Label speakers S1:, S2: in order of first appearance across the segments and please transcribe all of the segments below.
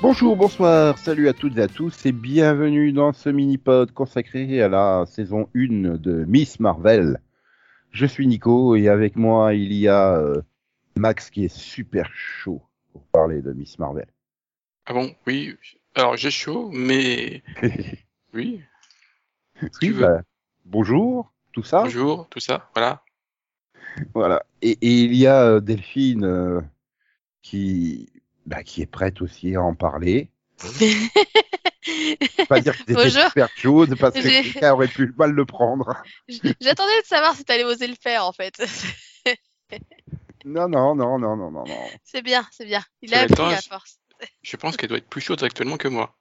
S1: Bonjour, bonsoir, salut à toutes et à tous et bienvenue dans ce mini-pod consacré à la saison 1 de Miss Marvel. Je suis Nico et avec moi il y a euh, Max qui est super chaud pour parler de Miss Marvel.
S2: Ah bon, oui. Alors j'ai chaud, mais oui. Si tu
S1: Oui,
S2: veux.
S1: bah, bonjour, tout ça.
S2: Bonjour, tout ça, voilà.
S1: Voilà. Et, et il y a euh, Delphine euh, qui, bah, qui est prête aussi à en parler. Faut Pas dire que c'était
S3: Bonjour.
S1: super chaude parce que
S3: J'ai-
S1: quelqu'un aurait pu mal le prendre.
S3: J- J'attendais de savoir si t'allais oser le faire en fait.
S1: Non, non, non, non, non, non, non.
S3: C'est bien, c'est bien. Il
S2: Tu
S3: a appris
S2: l'attends,
S3: à
S2: je-
S3: force.
S2: Je pense qu'elle doit être plus chaude actuellement que moi.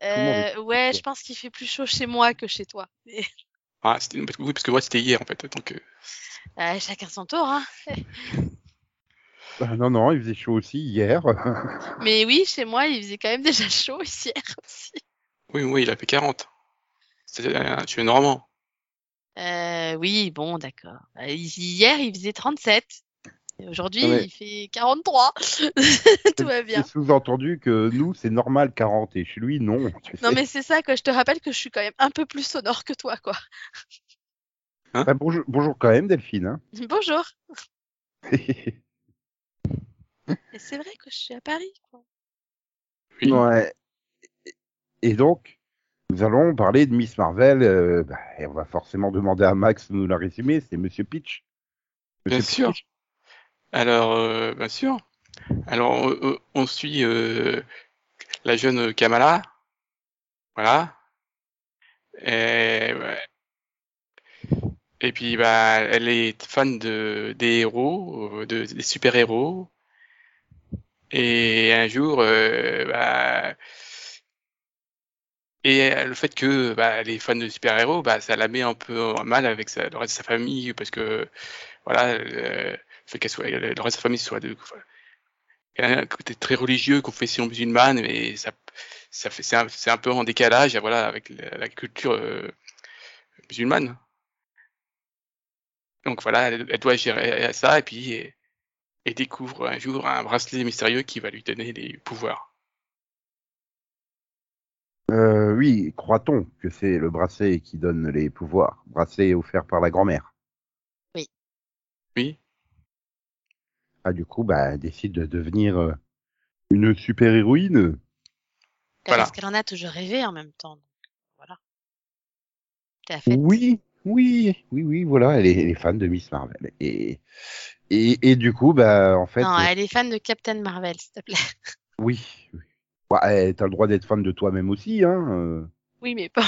S1: Comment
S3: Euh, ouais,
S1: quoi
S3: je pense qu'il fait plus chaud chez moi que chez toi. Mais,
S2: Ah, c'était parce que- oui, parce que moi c'était hier en fait. Donc, euh,
S3: euh, chacun son tour, hein.
S1: Bah, non, non, il faisait chaud aussi hier.
S3: Mais oui, chez moi, il faisait quand même déjà chaud hier aussi.
S2: oui, oui, il a fait 40. C'est euh, tu es normand.
S3: Euh, oui, bon, d'accord. Euh, hi- Hier, il faisait 37. Et Aujourd'hui,
S1: Ouais.
S3: il fait 43. Tout va bien.
S1: C'est sous-entendu que nous, c'est normal 40 et chez lui, non. tu
S3: Non,
S1: sais.
S3: mais c'est ça, quoi. Je te rappelle que je suis quand même un peu plus sonore que toi, quoi.
S1: Bah, bonjour, bonjour quand même, Delphine. hein.
S3: Bonjour. Et c'est vrai que je suis à Paris, quoi.
S2: Oui.
S1: Ouais. Et donc, nous allons parler de Miss Marvel. euh, bah, et on va forcément demander à Max de nous la résumer. C'est Monsieur Pitch.
S2: Bien sûr. Alors, euh, bien sûr. Alors, euh, euh, on suit euh, la jeune Kamala. Voilà. Et, ouais. Et puis, bah, elle est fan de, des héros, euh, de, des super-héros. Et un jour, euh, bah, et euh, le fait que bah, elle est fan de super-héros, bah, ça la met un peu en mal avec sa, le reste de sa famille parce que voilà, euh, fait qu'elle soit, le reste de sa famille soit de, enfin, elle a un côté très religieux, confession musulmane, mais ça, ça fait, c'est un, c'est un peu en décalage, voilà, avec la, la culture euh, musulmane. Donc voilà, elle, elle doit gérer ça et puis et, découvre un jour un bracelet mystérieux qui va lui donner des pouvoirs.
S1: Euh, oui, croit-on que c'est le bracelet qui donne les pouvoirs. Bracelet offert par la grand-mère.
S2: Oui,
S1: Ah, du coup, bah, elle décide de devenir euh, une super-héroïne.
S2: Voilà.
S3: Parce qu'elle en a toujours rêvé en même temps. donc, Voilà. T'as fait.
S1: Oui, oui, oui, oui, voilà, elle est, elle est fan de Miss Marvel. Et, et, et du coup, bah, en fait,
S3: Non,
S1: euh,
S3: elle est fan de Captain Marvel, s'il te plaît.
S1: oui. oui. Bah, eh, T'as le droit d'être fan de toi-même aussi, hein. euh,
S3: Oui, mais bon.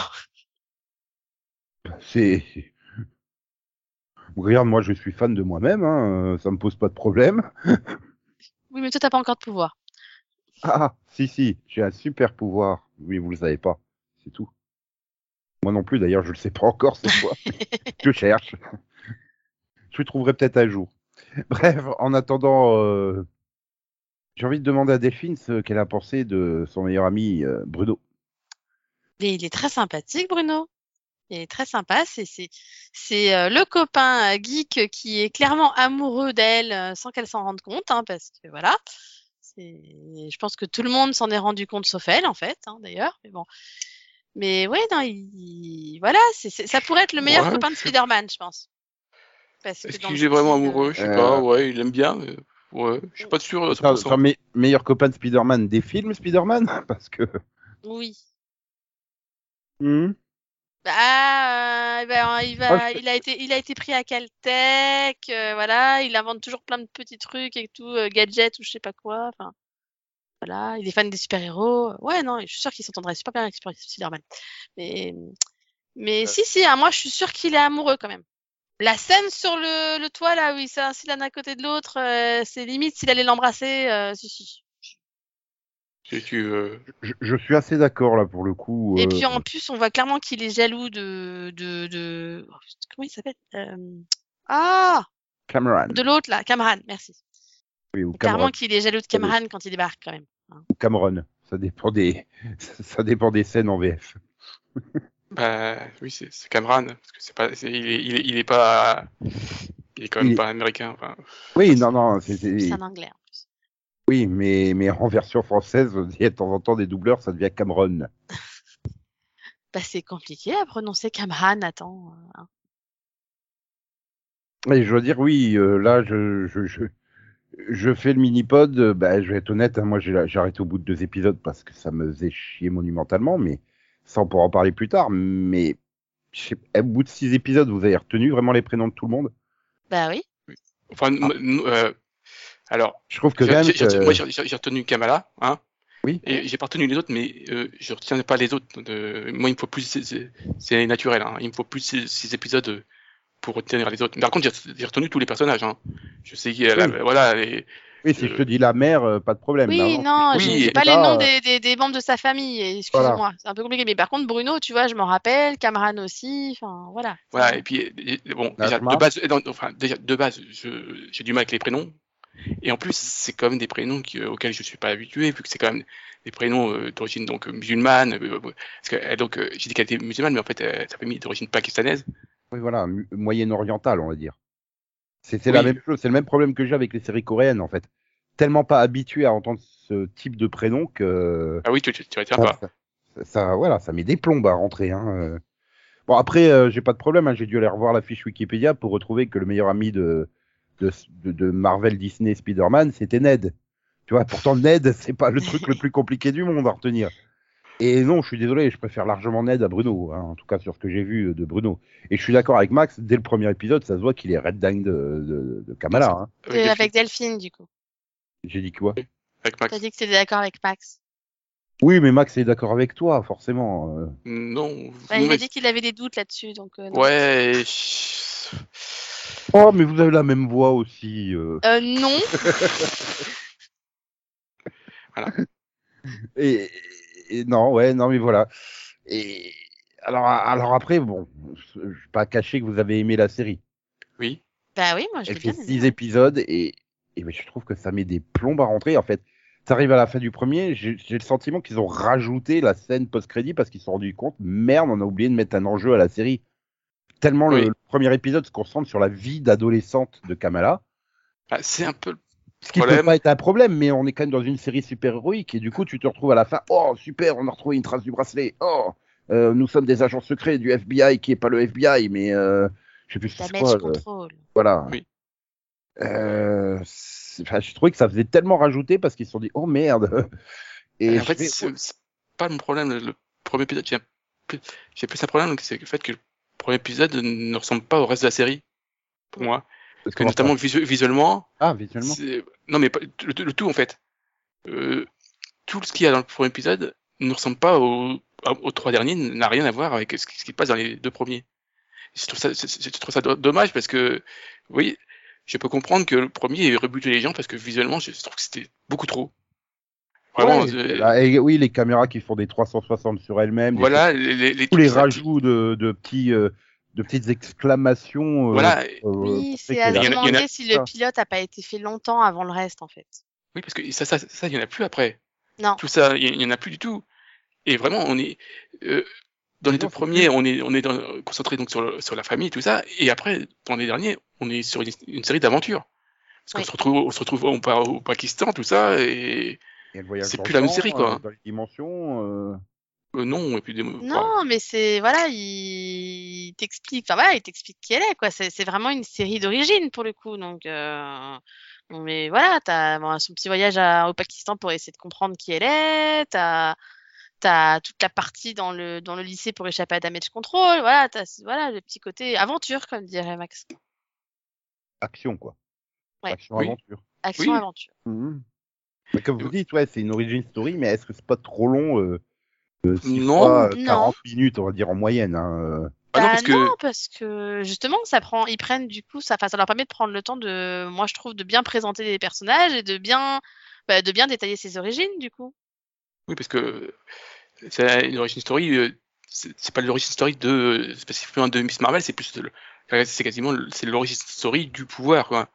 S1: C'est. c'est- Regarde, moi, je suis fan de moi-même, hein, euh, ça me pose pas de problème.
S3: Oui, mais toi, t'as pas encore de pouvoir.
S1: Ah, si, si, j'ai un super pouvoir, mais vous le savez pas, c'est tout. Moi non plus, d'ailleurs, je le sais pas encore, c'est quoi. je cherche. Je le trouverai peut-être un jour. Bref, en attendant, euh, j'ai envie de demander à Delphine ce qu'elle a pensé de son meilleur ami euh, Bruno.
S3: Mais il est très sympathique, Bruno. Il est très sympa. C'est, c'est, c'est euh, le copain euh, geek qui est clairement amoureux d'elle euh, sans qu'elle s'en rende compte, hein, parce que voilà. C'est... Je pense que tout le monde s'en est rendu compte, sauf elle, en fait, hein, d'ailleurs. Mais bon. Mais ouais, non, il... voilà, c'est, c'est- ça pourrait être le meilleur
S2: Ouais,
S3: copain de Spider-Man, je pense. Parce
S2: est-ce
S3: dans
S2: qu'il
S3: le
S2: est vraiment
S3: style, euh,
S2: amoureux Je sais
S1: Euh,
S2: pas, ouais, il l'aime bien. mais, Ouais, je suis pas sûr. à
S1: Enfin,
S2: 100%.
S1: enfin, mes meilleur copain de Spider-Man des films Spider-Man Parce que.
S3: Oui.
S1: Hmm.
S3: Bah, euh, ben, il, va,
S1: Moi, je-
S3: il, a été, il a été pris à Caltech, euh, voilà, il invente toujours plein de petits trucs et tout, euh, gadgets ou je sais pas quoi. Enfin, voilà, il est fan des super-héros. Ouais, non, je suis sûre qu'il s'entendrait super bien avec Spider- Spider-Man. Mais, mais si, si, hein, moi je suis sûre qu'il est amoureux quand même. La scène sur le, le toit là où il s'installe l'un à côté de l'autre, euh, c'est limite s'il allait l'embrasser. euh, si, si.
S2: Si tu veux.
S1: Je, je suis assez d'accord là pour le coup.
S3: Et
S1: euh,
S3: puis en plus, on voit clairement qu'il est jaloux de. de, de... oh, putain, Comment il s'appelle Euh, Ah
S1: Cameron.
S3: De l'autre, là, Cameron, merci.
S1: Oui, ou Cameron.
S3: Clairement qu'il est jaloux de Cameron quand il débarque, quand même.
S1: ou Cameron. Ça dépend des, ça dépend des scènes en VF.
S2: Bah oui, c'est c'est Cameron, parce que c'est pas, c'est- il, est, il, est, il est pas, il est quand même
S1: Il est-
S2: pas américain. Enfin,
S1: Oui, non, non, c'est, c'est-
S3: C'est un anglais, en plus.
S1: Oui, mais, mais en version française, il y a de temps en temps des doubleurs, ça devient Cameron.
S3: Bah, c'est compliqué à prononcer Cameron, attends. euh, hein.
S1: Et je veux dire, oui, euh, là, je, je, je, je fais le mini-pod. euh, bah, je vais être honnête, hein, moi, j'ai la- j'ai arrêté au bout de deux épisodes parce que ça me faisait chier monumentalement, mais ça, on pourra en parler plus tard. Mais je sais pas, au bout de six épisodes, vous avez retenu vraiment les prénoms de tout le monde
S3: Bah oui.
S2: Enfin, nous- nous, euh, alors,
S1: Je trouve Ah. que
S2: j'ai-
S1: quand même.
S2: j'ai- j'ai-
S1: que-
S2: moi j'ai j'ai- j'ai retenu Kamala, hein.
S1: Oui.
S2: Et j'ai pas retenu les autres, mais euh, je retiens pas les autres. de- moi, il me faut plus, c'est- c'est c'est naturel, hein. Il me faut plus ces, ces épisodes euh, pour retenir les autres. Par contre, j'ai- j'ai retenu tous les personnages, hein. Je sais qui, elle,
S1: Oui.
S2: voilà, et-
S1: Oui, si je te dis la mère, euh, pas de problème.
S3: Oui,
S1: là,
S3: non,
S2: oui,
S3: j'ai
S2: et
S3: j'ai pas
S1: là,
S3: les noms
S1: euh,
S3: des, des, des membres de sa famille, et excuse-moi, c'est un peu compliqué. Mais par contre, Bruno, tu vois, je m'en rappelle, Cameron aussi, enfin voilà.
S2: Voilà, et puis et- et- bon,
S1: Ah,
S2: déjà,
S1: Thomas
S2: de base, euh, non, enfin, déjà, de base, je- j'ai du mal avec les prénoms. Et en plus, c'est quand même des prénoms qui, euh, auxquels je suis pas habitué, vu que c'est quand même des prénoms euh, d'origine donc euh, musulmane. euh, euh, parce que euh, donc, euh, j'ai dit qu'elle était musulmane, mais en fait, euh, sa famille est d'origine pakistanaise.
S1: Oui, voilà, mu- moyen-oriental, on va dire. C'est c'est la
S2: Oui.
S1: même chose, c'est le même problème que j'ai avec les séries coréennes, en fait. Tellement pas habitué à entendre ce type de prénom que
S2: Ah oui, tu, tu, tu vas te faire
S1: ça,
S2: pas.
S1: ça- ça- voilà, ça met des plombes à rentrer. Hein. euh. Bon, après, euh, j'ai pas de problème, hein, j'ai dû aller revoir la fiche Wikipédia pour retrouver que le meilleur ami de, de, de- de Marvel, Disney, Spider-Man, c'était Ned. Tu vois, pourtant Ned, c'est pas le truc le plus compliqué du monde à retenir. Et non, je suis désolé, je préfère largement Ned à Bruno, hein, en tout cas sur ce que j'ai vu de Bruno. Et je suis d'accord avec Max, dès le premier épisode, ça se voit qu'il est red dingue de, de, de Kamala. hein.
S3: De-
S2: Avec des
S3: avec Delphine, du coup.
S1: J'ai dit quoi
S2: filles, avec Max.
S3: T'as dit que t'étais d'accord avec Max.
S1: Oui, mais Max est d'accord avec toi, forcément. euh.
S2: Non.
S3: Bah, il
S2: mais-
S3: m'a dit qu'il avait des doutes là-dessus, donc. euh, non.
S2: Ouais. je-
S1: Oh, mais vous avez la même voix aussi. euh.
S3: Euh, non.
S1: Et, et non, ouais, non, mais voilà. Et alors, alors après, bon, je ne vais pas cacher que vous avez aimé la série.
S2: Oui.
S3: Bah oui, moi je
S1: Elle
S3: l'ai
S1: fait
S3: bien
S1: six
S3: aimé.
S1: épisodes et, et ben, je trouve que ça met des plombes à rentrer. En fait, ça arrive à la fin du premier, j'ai j'ai le sentiment qu'ils ont rajouté la scène post-crédit parce qu'ils se sont rendus compte, merde, on a oublié de mettre un enjeu à la série. Tellement le,
S2: Oui.
S1: le premier épisode se concentre sur la vie d'adolescente de Kamala,
S2: Ah, c'est un peu.
S1: ce qui peut
S2: Problème.
S1: pas être un problème, mais on est quand même dans une série super-héroïque et du coup, tu te retrouves à la fin, oh super, on a retrouvé une trace du bracelet, oh, euh, nous sommes des agents secrets du FBI qui est pas le FBI, mais euh, je sais plus ce que c'est quoi.
S3: Damage
S1: le-
S3: control.
S1: voilà.
S2: Oui.
S1: Euh, c'est- enfin, je trouvais que ça faisait tellement rajouter parce qu'ils se sont dit oh merde. Et
S2: en fait,
S1: je fais, oh,
S2: c'est c'est pas mon problème. Le, le premier épisode, j'ai un peu- j'ai plus un problème, c'est le fait que le premier épisode ne ressemble pas au reste de la série, pour moi. Parce que
S1: Comment
S2: notamment visu- visuellement,
S1: ah visuellement.
S2: c'est- non mais pas- le, le tout en fait, Euh, tout ce qu'il y a dans le premier épisode ne ressemble pas au- à- aux trois derniers, n'a rien à voir avec ce qui, ce qui passe dans les deux premiers. Je trouve ça, c'est- c'est- je trouve ça do- dommage parce que, oui, je peux comprendre que le premier ait rebuté les gens parce que visuellement, je trouve que c'était beaucoup trop. Vraiment,
S1: Ouais, Bah,
S2: euh,
S1: là, et oui, les caméras qui font des 360 sur elles-mêmes. des
S2: voilà, les, les, les-
S1: trucs- tous les
S2: tout ça, tout-
S1: rajouts de, de petits euh, de petites exclamations. euh,
S2: Voilà,
S1: euh,
S3: Oui,
S1: pour
S3: c'est
S1: que
S3: à se
S1: la-
S2: Il y en a- il y en a-
S3: demander si le pilote a pas été fait longtemps avant le reste, en fait.
S2: oui, parce que ça, ça, ça, il y en a plus après.
S3: Non.
S2: Tout ça, il y- il y en a plus du tout. Et vraiment, on est euh, dans les
S1: Non,
S2: deux
S1: c'est
S2: premiers, on est, on est dans- concentré donc sur, le- sur la famille, tout ça. Et après, dans les derniers, on est sur une, une série d'aventures. Parce qu'on
S3: Oui.
S2: se retrouve, on se retrouve, on part au Pakistan, tout ça, et
S1: et le voyage
S2: c'est
S1: dans
S2: plus
S1: le
S2: la même
S1: temps,
S2: série, quoi.
S1: euh, dans les dimensions. euh,
S2: euh, non, et puis des, enfin,
S3: Non, mais c'est voilà, il, il t'explique. Enfin voilà, il t'explique qui elle est quoi. C'est c'est vraiment une série d'origine pour le coup. Donc, euh, mais voilà, t'as bon, son petit voyage à- au Pakistan pour essayer de comprendre qui elle est. T'as t'as toute la partie dans le dans le lycée pour échapper à Damage Control. Voilà, t'as ce- voilà le petit côté aventure comme dirait Max.
S1: action quoi.
S3: Ouais.
S1: Action
S2: Oui.
S1: aventure.
S3: Action aventure.
S1: Mhm. Mais comme vous dites, ouais, c'est une origin story, mais est-ce que c'est pas trop long euh, euh, six
S2: Non.
S1: fois, euh,
S3: Non.
S1: 40 minutes, on va dire en moyenne. Hein, euh.
S2: ah non,
S3: Bah
S2: parce que-
S3: non, parce que justement, ça prend, ils prennent du coup, ça, enfin, ça leur permet de prendre le temps de, moi je trouve, de bien présenter les personnages et de bien, bah, de bien détailler ses origines du coup.
S2: oui, parce que euh, c'est une origin story. euh, c'est c'est pas l'origin story de euh, spécifiquement de Miss Marvel, c'est plus le- c'est quasiment le- c'est l'origin story du pouvoir, quoi.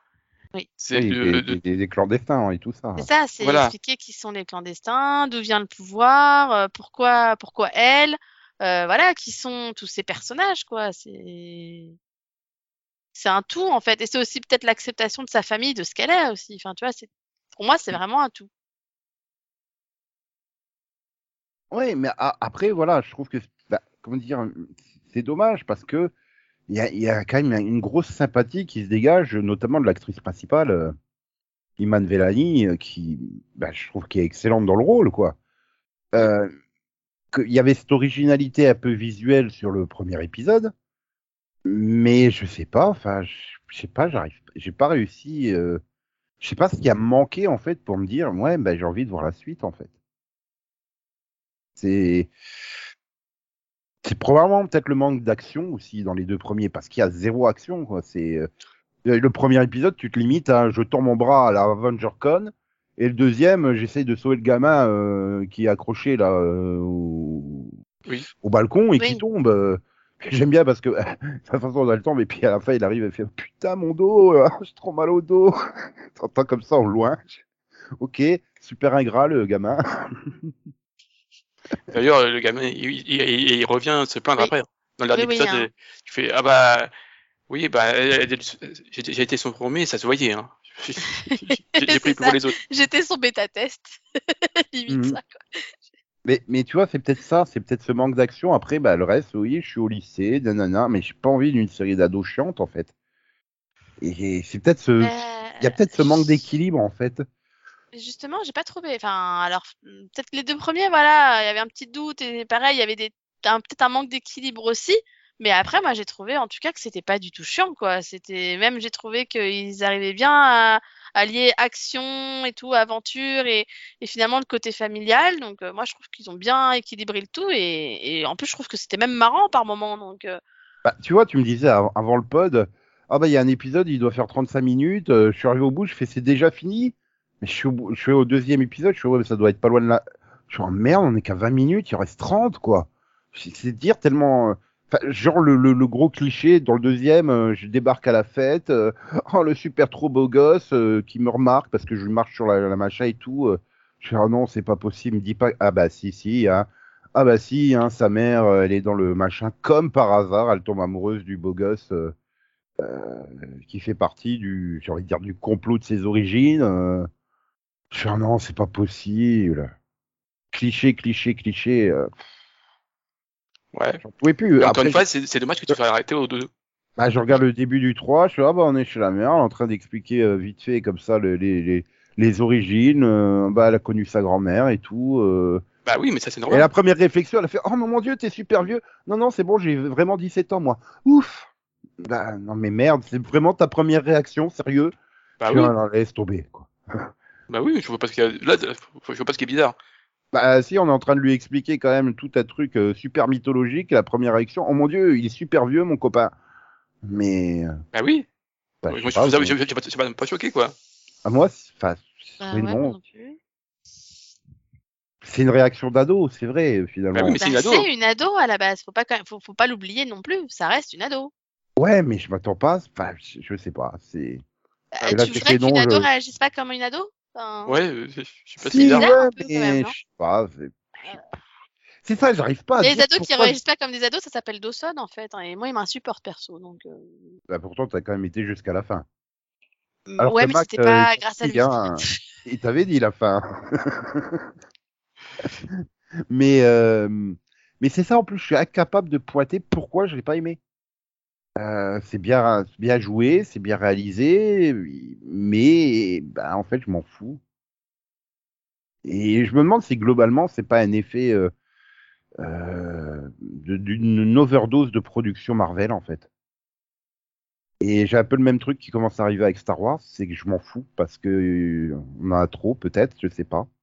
S3: Oui.
S2: C'est
S1: Oui,
S2: de-
S1: des,
S2: de-
S1: des- des- des clandestins et tout ça. hein.
S3: C'est ça, c'est
S2: Voilà.
S3: expliquer qui sont les clandestins, d'où vient le pouvoir, euh, pourquoi, pourquoi elle, euh, voilà, qui sont tous ces personnages quoi. C'est, c'est un tout en fait, et c'est aussi peut-être l'acceptation de sa famille, de ce qu'elle est aussi. Enfin, tu vois, c'est Pour moi, c'est vraiment un tout.
S1: Oui, mais a- après, voilà, je trouve que, bah, comment dire, c'est dommage parce que il y a, il y a quand même une grosse sympathie qui se dégage, notamment de l'actrice principale, euh, Iman Vellani, euh, qui, bah, je trouve qui est excellente dans le rôle, quoi. Euh, que- Il y avait cette originalité un peu visuelle sur le premier épisode, mais je sais pas, enfin, je je sais pas, j'arrive, j'ai pas réussi, euh, je sais pas ce qui a manqué en fait pour me dire, ouais, bah, j'ai envie de voir la suite en fait. C'est c'est probablement peut-être le manque d'action aussi dans les deux premiers parce qu'il y a zéro action quoi. C'est euh, le premier épisode, tu te limites à je tends mon bras à la Avenger Con et le deuxième, j'essaye de sauver le gamin euh, qui est accroché là euh, au...
S2: Oui.
S1: au balcon et
S3: Oui.
S1: qui tombe. euh. J'aime bien parce que de toute façon on a le temps, mais puis à la fin il arrive et fait putain mon dos, euh, j'ai trop mal au dos. T'entends comme ça au loin. Ok, super ingrat le gamin.
S2: D'ailleurs, euh, le gamin, il, il- il- il revient se plaindre
S3: Oui.
S2: après. Dans le dernier
S3: Oui, oui,
S2: épisode,
S3: hein.
S2: euh, tu fais Ah bah, oui, bah, euh, euh, j'ai j'ai été son premier, ça se voyait. Hein. J'ai j'ai pris
S3: C'est
S2: pour
S3: ça.
S2: les autres.
S3: J'étais son bêta test. Limite
S1: Mhm.
S3: ça, quoi.
S1: Mais, mais tu vois, c'est peut-être ça, c'est peut-être ce manque d'action. Après, bah, le reste, oui, je suis au lycée, nanana, mais j'ai pas envie d'une série d'ados chiantes, en fait. Et c'est peut-être ce, Mmh.
S3: Euh,
S1: il y a peut-être ce manque d'équilibre, en fait.
S3: Mais Justement, j'ai pas trouvé. Enfin, alors hmm, peut-être que les deux premiers, voilà, il y avait un petit doute et pareil, il y avait des un- peut-être un manque d'équilibre aussi. Mais après, moi, j'ai trouvé en tout cas que c'était pas du tout chiant, quoi. C'était même, j'ai trouvé qu'ils arrivaient bien à, à lier action et tout, aventure et, et finalement le côté familial. Donc, euh, moi, je trouve qu'ils ont bien équilibré le tout et, et en plus, je trouve que c'était même marrant par moment. Donc, euh,
S1: Bah, tu vois, tu me disais av- avant le pod, ah bah, il y a un épisode, il doit faire 35 minutes, euh, je suis arrivé au bout, je fais, c'est déjà fini. Mais je suis au, bout- je suis au deuxième épisode, je suis, ouais, mais ça doit être pas loin de là. Je suis en merde, on est qu'à 20 minutes, il reste 30, quoi. C'est c'est dire tellement. euh, enfin, genre le, le, le gros cliché, dans le deuxième, euh, je débarque à la fête, euh, oh le super trop beau gosse euh, qui me remarque parce que je lui marche sur la, la macha et tout. euh. je fais, ah non, c'est pas possible, me dis pas. Ah bah si, si, hein. Ah bah si, hein, sa mère, euh, elle est dans le machin comme par hasard, elle tombe amoureuse du beau gosse euh, euh, qui fait partie du, j'ai envie de dire, du complot de ses origines. euh. Je fais, ah non, c'est pas possible. Cliché, cliché, cliché. euh,
S2: Ouais.
S1: J'en pouvais plus.
S2: Et encore
S1: Après,
S2: une fois, c'est c'est dommage que tu sois arrêté au deux.
S1: bah, je regarde le début du 3, je suis ah bah on est chez la mère, en train d'expliquer euh, vite fait comme ça le- les, les, les origines. euh, bah elle a connu sa grand-mère et tout. euh.
S2: Bah oui, mais ça c'est
S1: Et
S2: normal.
S1: la première réflexion, elle a fait Oh non, mon Dieu, t'es super vieux. Non, non, c'est bon, j'ai vraiment 17 ans, moi. Ouf Bah non, mais merde, c'est vraiment ta première réaction, sérieux
S2: Bah
S1: Tu
S2: oui,
S1: vois, alors, laisse tomber, quoi.
S2: bah oui, je vois pas ce qu'il y a. Là, je vois pas ce qui est bizarre.
S1: Bah si, on est en train de lui expliquer quand même tout un truc euh, super mythologique, la première réaction Oh mon Dieu, il est super vieux, mon copain. Mais. euh,
S2: Bah oui.
S1: bah,
S2: Moi,
S1: je
S2: je suis
S1: sais pas,
S2: pas-
S1: mais-
S2: je- je- je- je suis pas pas choqué, quoi.
S1: Ah, moi, c'est- enfin,
S3: bah,
S1: oui,
S3: ouais,
S1: non.
S3: moi non plus.
S1: c'est une réaction d'ado, c'est vrai, finalement.
S2: Bah oui, mais
S3: Bah,
S2: c'est une ado.
S3: c'est une ado à la base. Faut pas, quand même- faut, faut pas l'oublier non plus. Ça reste une ado.
S1: Ouais, mais je m'attends pas, enfin, je, je sais pas, c'est.
S3: Euh,
S1: là,
S3: tu
S1: tu
S3: voudrais
S1: fais
S3: qu'une
S1: non,
S3: ado
S1: je-
S3: réagisse pas comme une ado Enfin,
S2: Ouais, euh, je je sais pas, c'est
S1: Si,
S2: bizarre.
S3: bizarre, un
S1: ouais,
S3: peu, quand
S1: mais
S3: même, hein. non
S1: je sais pas, c'est- C'est ça, j'arrive pas à
S3: Euh. Les
S1: dire
S3: ados qui
S1: pourquoi-
S3: réagissent pas comme des ados, ça s'appelle Dawson en fait. hein, et moi, il m'insupporte perso. Donc, euh,
S1: Bah, pourtant, t'as quand même été jusqu'à la fin. Alors
S3: ouais,
S1: que
S3: mais
S1: Mac,
S3: c'était
S1: euh, hein.
S3: pas grâce à
S1: il
S3: lui.
S1: y a un- Il t'avait dit la fin. mais euh, mais c'est ça en plus, je suis incapable de pointer pourquoi je l'ai pas aimé. Euh, c'est bien, c'est bien joué, c'est bien réalisé, mais bah, en fait, je m'en fous. Et je me demande si globalement, c'est pas un effet euh, euh, de- d'une overdose de production Marvel en fait. Et j'ai un peu le même truc qui commence à arriver avec Star Wars, c'est que je m'en fous parce que euh, on en a trop peut-être, je sais pas.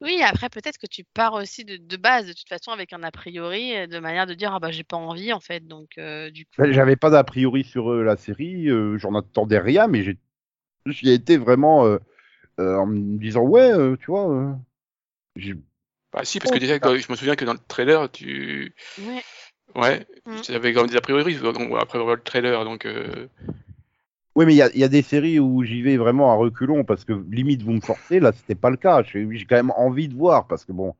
S3: Oui, après peut-être que tu pars aussi de, de base de toute façon avec un a priori, euh, de manière de dire ah bah j'ai pas envie en fait. Donc euh, du coup.
S1: Enfin, Ben, J'avais pas d'a priori sur euh, la série, euh, j'en attendais rien, mais j'ai- j'y ai été vraiment euh, euh, en me disant ouais, euh, tu vois. euh, j'ai-
S2: Bah si, parce
S1: Oh,
S2: que déjà,
S1: putain.
S2: quand- je me souviens que dans le trailer, tu.
S3: Ouais.
S2: Ouais,
S3: Mm.
S2: j'avais quand même des a priori donc, après voir le trailer, donc. euh,
S1: Oui, mais il y a, il y a des séries où j'y vais vraiment à reculons parce que limite vous me forcez. Là, c'était pas le cas. J'ai j'ai quand même envie de voir parce que bon,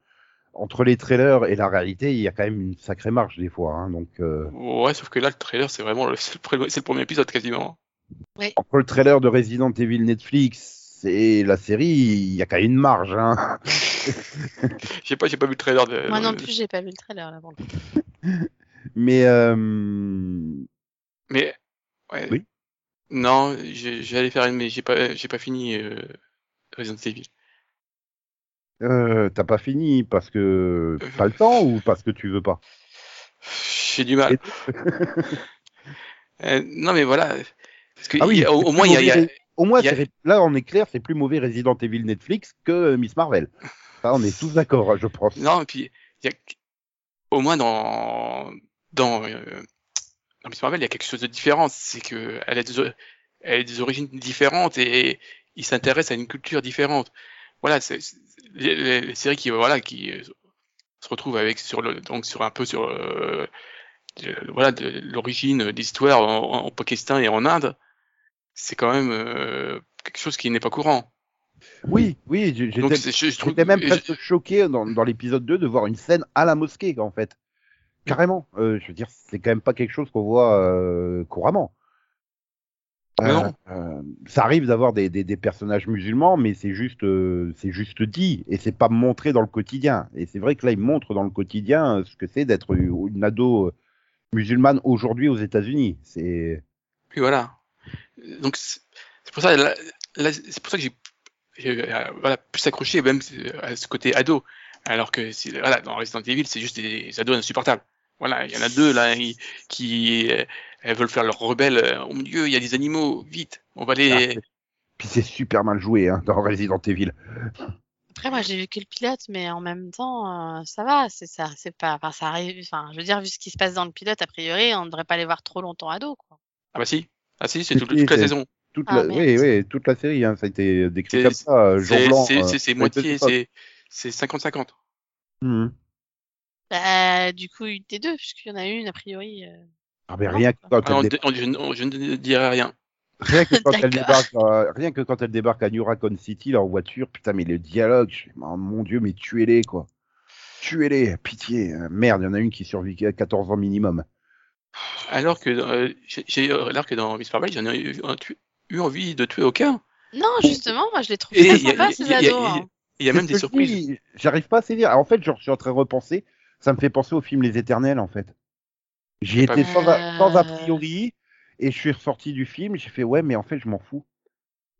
S1: entre les trailers et la réalité, il y a quand même une sacrée marge des fois. hein, donc. euh,
S2: Ouais, sauf que là, le trailer, c'est vraiment le, c'est le, pré- c'est le premier épisode quasiment.
S3: Ouais.
S1: Entre le trailer de Resident Evil Netflix et la série, il y a quand même une marge. Hein.
S2: J'ai pas, j'ai pas vu le trailer. De,
S3: Moi non
S2: de-
S3: plus, j'ai pas vu le trailer là. pour le coup.
S1: Mais euh,
S2: Mais ouais.
S1: Oui.
S2: Non, j'ai- j'allais faire une, mais j'ai pas, j'ai pas fini euh, Resident Evil.
S1: euh, t'as pas fini parce que pas le temps ou parce que tu veux pas
S2: J'ai du mal. Euh, non mais voilà, parce que
S1: Ah oui,
S2: il- au, au moins il y a, il y a-
S1: Au moins,
S2: Il y a-
S1: c'est- là, on est clair, c'est plus mauvais Resident Evil Netflix que euh, Miss Marvel. Ça, on est tous d'accord, je pense.
S2: non et puis il y a, au moins dans dans euh, dans Miss Marvel il y a quelque chose de différent, c'est que elle a des, o- elle a des origines différentes et il s'intéresse à une culture différente. Voilà, c'est c'est- les, les- les séries qui voilà qui euh, se retrouvent avec sur le donc sur un peu sur euh, le- voilà de, l'origine de l'histoire en, en Pakistan et en Inde, c'est quand même euh, quelque chose qui n'est pas courant.
S1: Oui, oui, j-
S2: Donc,
S1: j'étais
S2: c'est- je, je trouve
S1: j'étais même
S2: je-
S1: presque choqué dans, dans l'épisode 2 de voir une scène à la mosquée, en fait. Carrément. Euh, je veux dire, c'est quand même pas quelque chose qu'on voit euh, couramment.
S2: Mais non.
S1: euh, ça arrive d'avoir des, des, des personnages musulmans, mais c'est juste, euh, c'est juste dit et c'est pas montré dans le quotidien. Et c'est vrai que là, ils montrent dans le quotidien euh, ce que c'est d'être une une ado euh, musulmane aujourd'hui aux États-Unis. C'est
S2: puis voilà. Donc c'est c'est pour ça, là- là, c'est pour ça que j'ai j'ai, euh, voilà plus accroché même euh, à ce côté ado, alors que c'est- voilà dans Resident Evil c'est juste des, ados insupportables. Voilà, il y en a deux là qui, qui, euh, elles veulent faire leur rebelle euh, au milieu. Il y a des animaux, vite, on va les.
S1: Ah, puis c'est super mal joué hein, dans Resident Evil.
S3: Après, moi, j'ai vu que le pilote, mais en même temps, euh, ça va. C'est ça, c'est pas. Enfin, ça arrive. Enfin, je veux dire, vu ce qui se passe dans le pilote, a priori, on ne devrait pas les voir trop longtemps ados. Quoi.
S2: Ah bah si, ah si, c'est
S1: Si,
S2: tout-
S1: si,
S2: toute la
S1: c'est-
S2: saison.
S1: toute
S3: Ah,
S1: la,
S3: merde.
S1: oui, oui, toute la série, hein, ça a été décrit
S2: C'est-
S1: comme ça, euh, jour
S2: C'est
S1: blanc.
S2: c'est-
S1: euh,
S2: c'est- c'est
S1: ça a été
S2: moitié,
S1: ça.
S2: c'est c'est 50-50.
S1: Mhm.
S3: Bah, du coup, une des deux, puisqu'il y en a une a priori. euh,
S1: Ah, mais
S3: Non,
S1: rien que quand
S2: Ah, on
S1: elle,
S2: dé- on- je, on- je ne dirai rien.
S1: Rien que quand elle
S3: D'accord.
S1: débarque, à- rien que quand elle débarque à New Raccoon City, là, en voiture, putain, mais le dialogue, je fais, Ah, mon dieu, mais tuez-les, quoi. Tuez-les, pitié. Euh, Merde, il y en a une qui survit à 14 ans minimum.
S2: Alors que, euh, j'ai- j'ai- alors que dans Miss Marvel, j'en ai eu, en tu- eu envie de tuer aucun.
S3: Non, justement, moi, je les trouve
S2: Et
S3: très
S2: il y a-
S3: sympas
S2: il
S3: ces
S2: y a- il y a-
S3: ados. hein.
S2: Il y a même
S1: C'est
S2: des
S1: ce que
S2: surprises.
S1: je dis, J'arrive pas à saisir. Alors, en fait, je suis en train de repenser. Ça me fait penser au film Les Éternels, en fait. J'y
S2: J'ai pas Ah.
S1: étais
S3: vu.
S1: sans a, sans a
S3: Euh.
S1: priori et je suis ressorti du film. J'ai fait ouais, mais en fait, je m'en fous.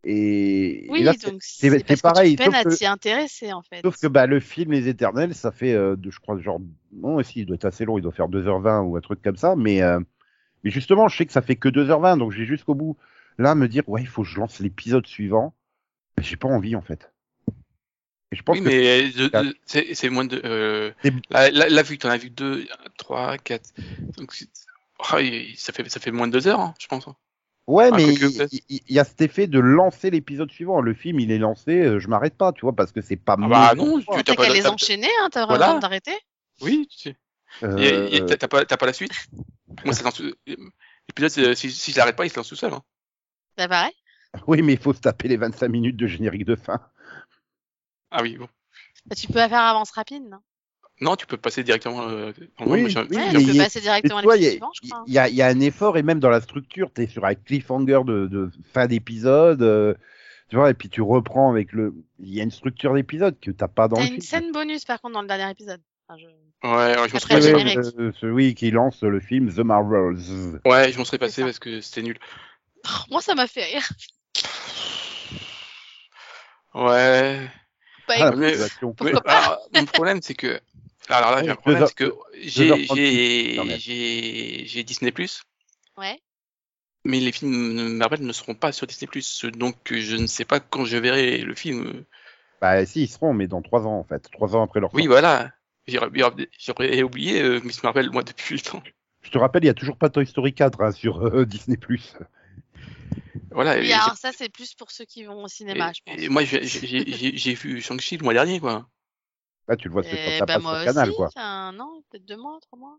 S1: Et, et
S3: Oui,
S1: là, c'est-
S3: donc
S1: c'est-
S3: c'est
S1: c'est
S3: parce
S1: pareil,
S3: Que tu peines
S1: sauf
S3: à
S1: que-
S3: t'y intéresser en fait.
S1: Sauf que bah, le film Les Éternels, ça fait, euh, de- je crois, genre, non, si, il doit être assez long, il doit faire 2h20 ou un truc comme ça, mais, euh, mais justement, je sais que ça fait que 2h20, donc j'ai jusqu'au bout. Là, me dire, ouais, il faut que je lance l'épisode suivant, mais j'ai pas envie en fait. Et je pense
S2: Oui,
S1: que
S2: mais euh, de- de- c'est c'est moins de. Euh,
S1: C'est-
S2: là, là, là, vu que t'en as vu que deux, trois, quatre. Donc, c'est- Ah, il- ça, fait, ça fait moins de deux heures, hein, je pense.
S1: Ouais,
S2: Ah,
S1: mais
S2: quoique,
S1: il
S2: peut-être.
S1: il- il y, a cet effet de lancer l'épisode suivant. Le film, il est lancé, euh, je m'arrête pas, tu vois, parce que c'est pas
S2: Ah
S1: mal
S2: bah non, tu
S3: T'as
S2: t'as pas.
S3: qu'à les
S2: t'as-
S3: enchaîner, hein, t'as
S2: Voilà.
S3: vraiment d'arrêter.
S2: Oui, tu sais. Il y a-
S1: Euh.
S2: il y a- t'as- t'as pas, t'as pas la suite. Moi, ça lance tout- L'épisode, c'est- si, si je l'arrête pas, il se lance tout seul. hein.
S3: Bah pareil.
S1: Oui, mais il faut se taper les 25 minutes de générique de fin.
S2: Ah oui, bon.
S3: Bah, tu peux faire avance rapide, non
S2: Non, tu peux passer directement. euh, en
S1: Oui,
S2: moi, j'ai-
S1: oui,
S3: Ouais,
S1: mais
S3: tu
S1: il
S3: peux
S1: y a-
S3: passer
S1: Mais
S3: directement à
S1: tu vois, il y,
S3: l'épisode
S1: a-
S3: suivant, je crois.
S1: il y a- il y a un effort et même dans la structure, tu es sur un cliffhanger de, de fin d'épisode, euh, tu vois, et puis tu reprends avec le. Il y a une structure d'épisode que t'as pas dans
S3: T'as
S1: le
S3: une
S1: film.
S3: scène bonus par contre dans le dernier épisode. Enfin, je-
S2: Ouais, ouais, je me
S3: Après,
S2: serais
S3: le
S2: passé.
S1: Oui,
S3: générique.
S1: euh, celui qui lance le film The Marvels.
S2: Ouais, je m'en serais
S3: C'est
S2: passé
S3: ça.
S2: parce que c'était nul.
S3: Oh, moi, ça m'a fait rire.
S2: Ouais.
S3: Bah,
S1: Ah, la
S3: écoute,
S2: mais-
S1: motivation.
S2: Mais,
S3: Pourquoi
S2: alors, mon problème, c'est que. Alors là, j'ai un
S1: Deux
S2: problème,
S1: heures-
S2: c'est que
S1: heures
S2: j'ai,
S1: trente-huit,
S2: j'ai,
S1: Internet.
S2: j'ai, j'ai Disney Plus,
S3: ouais.
S2: mais les films Marvel ne seront pas sur Disney Plus, donc euh, je ne sais pas quand je verrai le film.
S1: Bah, si, ils seront, mais dans trois ans, en fait. Trois ans après leur
S2: Oui,
S1: sortie.
S2: voilà. J'aurais, j'aurais- j'aurais oublié euh, Miss Marvel, moi, depuis le temps.
S1: Je te rappelle, il y a toujours pas Toy Story 4 hein, sur euh, Disney.
S2: Voilà. et
S3: Oui,
S2: j'ai-
S3: alors ça, c'est plus pour ceux qui vont au cinéma,
S2: Eh et-
S3: je pense.
S2: et moi, j'ai, j'ai, j'ai, j'ai vu Shang-Chi le mois dernier, quoi.
S1: Là, tu le vois, c'est
S3: Eh
S1: sur, ça
S3: bah,
S1: passe
S3: moi
S1: sur
S3: aussi,
S1: Canal, quoi.
S3: enfin, non, peut-être deux mois, trois mois.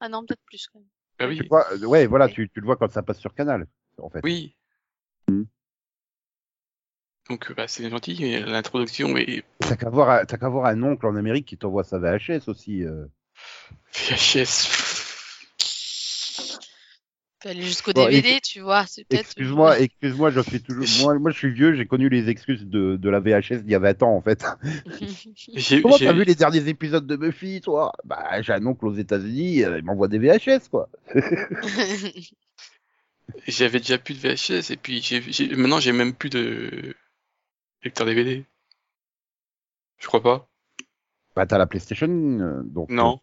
S3: Ah non, peut-être plus quand même.
S2: Bah oui.
S1: Tu vois, euh, ouais, voilà,
S3: Oui.
S1: tu, tu le vois quand ça passe sur Canal, en fait.
S2: Oui.
S1: Mm.
S2: Donc, euh, bah, c'est gentil, mais l'introduction est
S1: T'as qu'à voir, un- t'as qu'à voir un oncle en Amérique qui t'envoie sa VHS aussi. euh.
S2: VHS.
S3: peut aller jusqu'au
S1: Bon,
S3: DVD, tu vois. c'est peut-être-
S1: Excuse-moi, excuse-moi, je suis toujours. Moi, moi, je suis vieux, j'ai connu les excuses de, de la VHS d'il y a 20 ans, en fait.
S2: J'ai-
S1: Comment
S2: j'ai-
S1: t'as vu les derniers épisodes de Buffy, toi Bah, j'ai un oncle aux États-Unis, euh, il m'envoie des VHS, quoi.
S2: J'avais déjà plus de VHS et puis j'ai, j'ai- maintenant j'ai même plus de lecteur DVD. Je crois pas.
S1: Bah, t'as la PlayStation, euh, donc.
S2: Non.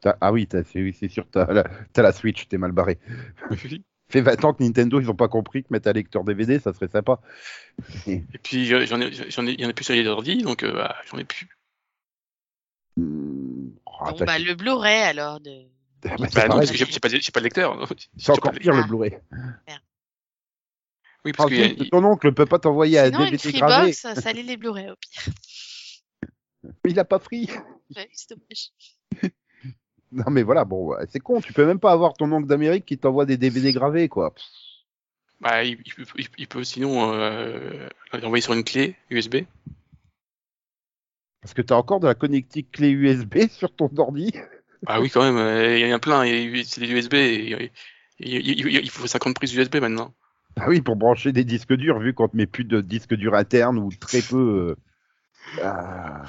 S1: T'as- Ah oui, t'as- c'est oui, c'est sûr, t'as la, t'as la Switch, t'es mal barré. Fait 20 ans que Nintendo, ils ont pas compris que mettre un lecteur DVD, ça serait sympa.
S2: Et puis je- j'en ai, j'en ai, il y en a plus sur les ordi, donc euh, bah, j'en ai plus.
S1: Hmm, oh,
S3: bon,
S1: t'as-
S3: bah, le Blu-ray alors. De...
S1: bah, c'est
S2: Bah non,
S1: pareil,
S2: parce que j'ai, j'ai pas, de- j'ai pas de lecteur.
S1: c'est encore
S2: j'ai pas-
S1: pire le
S3: Ah.
S1: Blu-ray.
S2: Oui, parce
S1: Ah,
S2: qu'il y a-
S1: ton oncle peut pas t'envoyer un
S3: Sinon, une
S1: DVD gravé.
S3: Freebox, ça lit les Blu-ray au pire.
S1: Il a pas pris.
S3: Ouais, c'est dommage.
S1: Non mais voilà, bon, ouais, c'est con. Tu peux même pas avoir ton oncle d'Amérique qui t'envoie des DVD gravés, quoi. Pff,
S2: bah, il, il peut- il- il peut sinon euh, l'envoyer sur une clé USB.
S1: Parce que t'as encore de la connectique clé USB sur ton ordi.
S2: Ah oui, quand même, euh, il y en a plein. et C'est des USB. et- et- Il il- il faut 50 prises USB maintenant.
S1: Ah oui, pour brancher des disques durs, vu qu'on te met plus de disques durs internes ou très peu. euh, ah.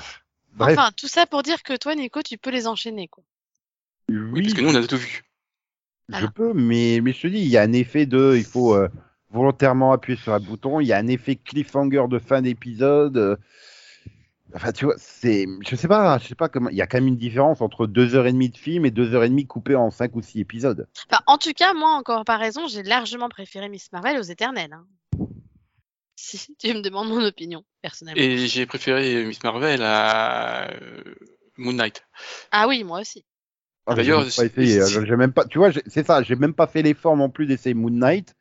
S1: Bref,
S3: Enfin, tout ça pour dire que toi, Nico, tu peux les enchaîner. Quoi.
S2: Oui,
S1: oui,
S2: parce que nous on a tout vu.
S1: je peux, mais, mais je te dis, il y a un effet de, il faut euh, volontairement appuyer sur un bouton, il y a un effet cliffhanger de fin d'épisode. euh. Enfin, tu vois, c'est, je sais pas, je sais pas comment, il y a quand même une différence entre deux heures et demie de film et deux heures et demie coupées en cinq ou six épisodes.
S3: Enfin, en tout cas, moi, en comparaison, j'ai largement préféré Miss Marvel aux Éternels. hein. Si tu me demandes mon opinion, personnellement.
S2: Et j'ai préféré Miss Marvel à euh, Moon Knight.
S3: Ah oui, moi aussi.
S1: Ah, mais
S2: D'ailleurs,
S1: j'ai même pas essayé.
S2: c'est-
S1: hein. J'ai même pas. Tu vois, j'ai- c'est ça. J'ai même pas fait l'effort non plus d'essayer Moon Knight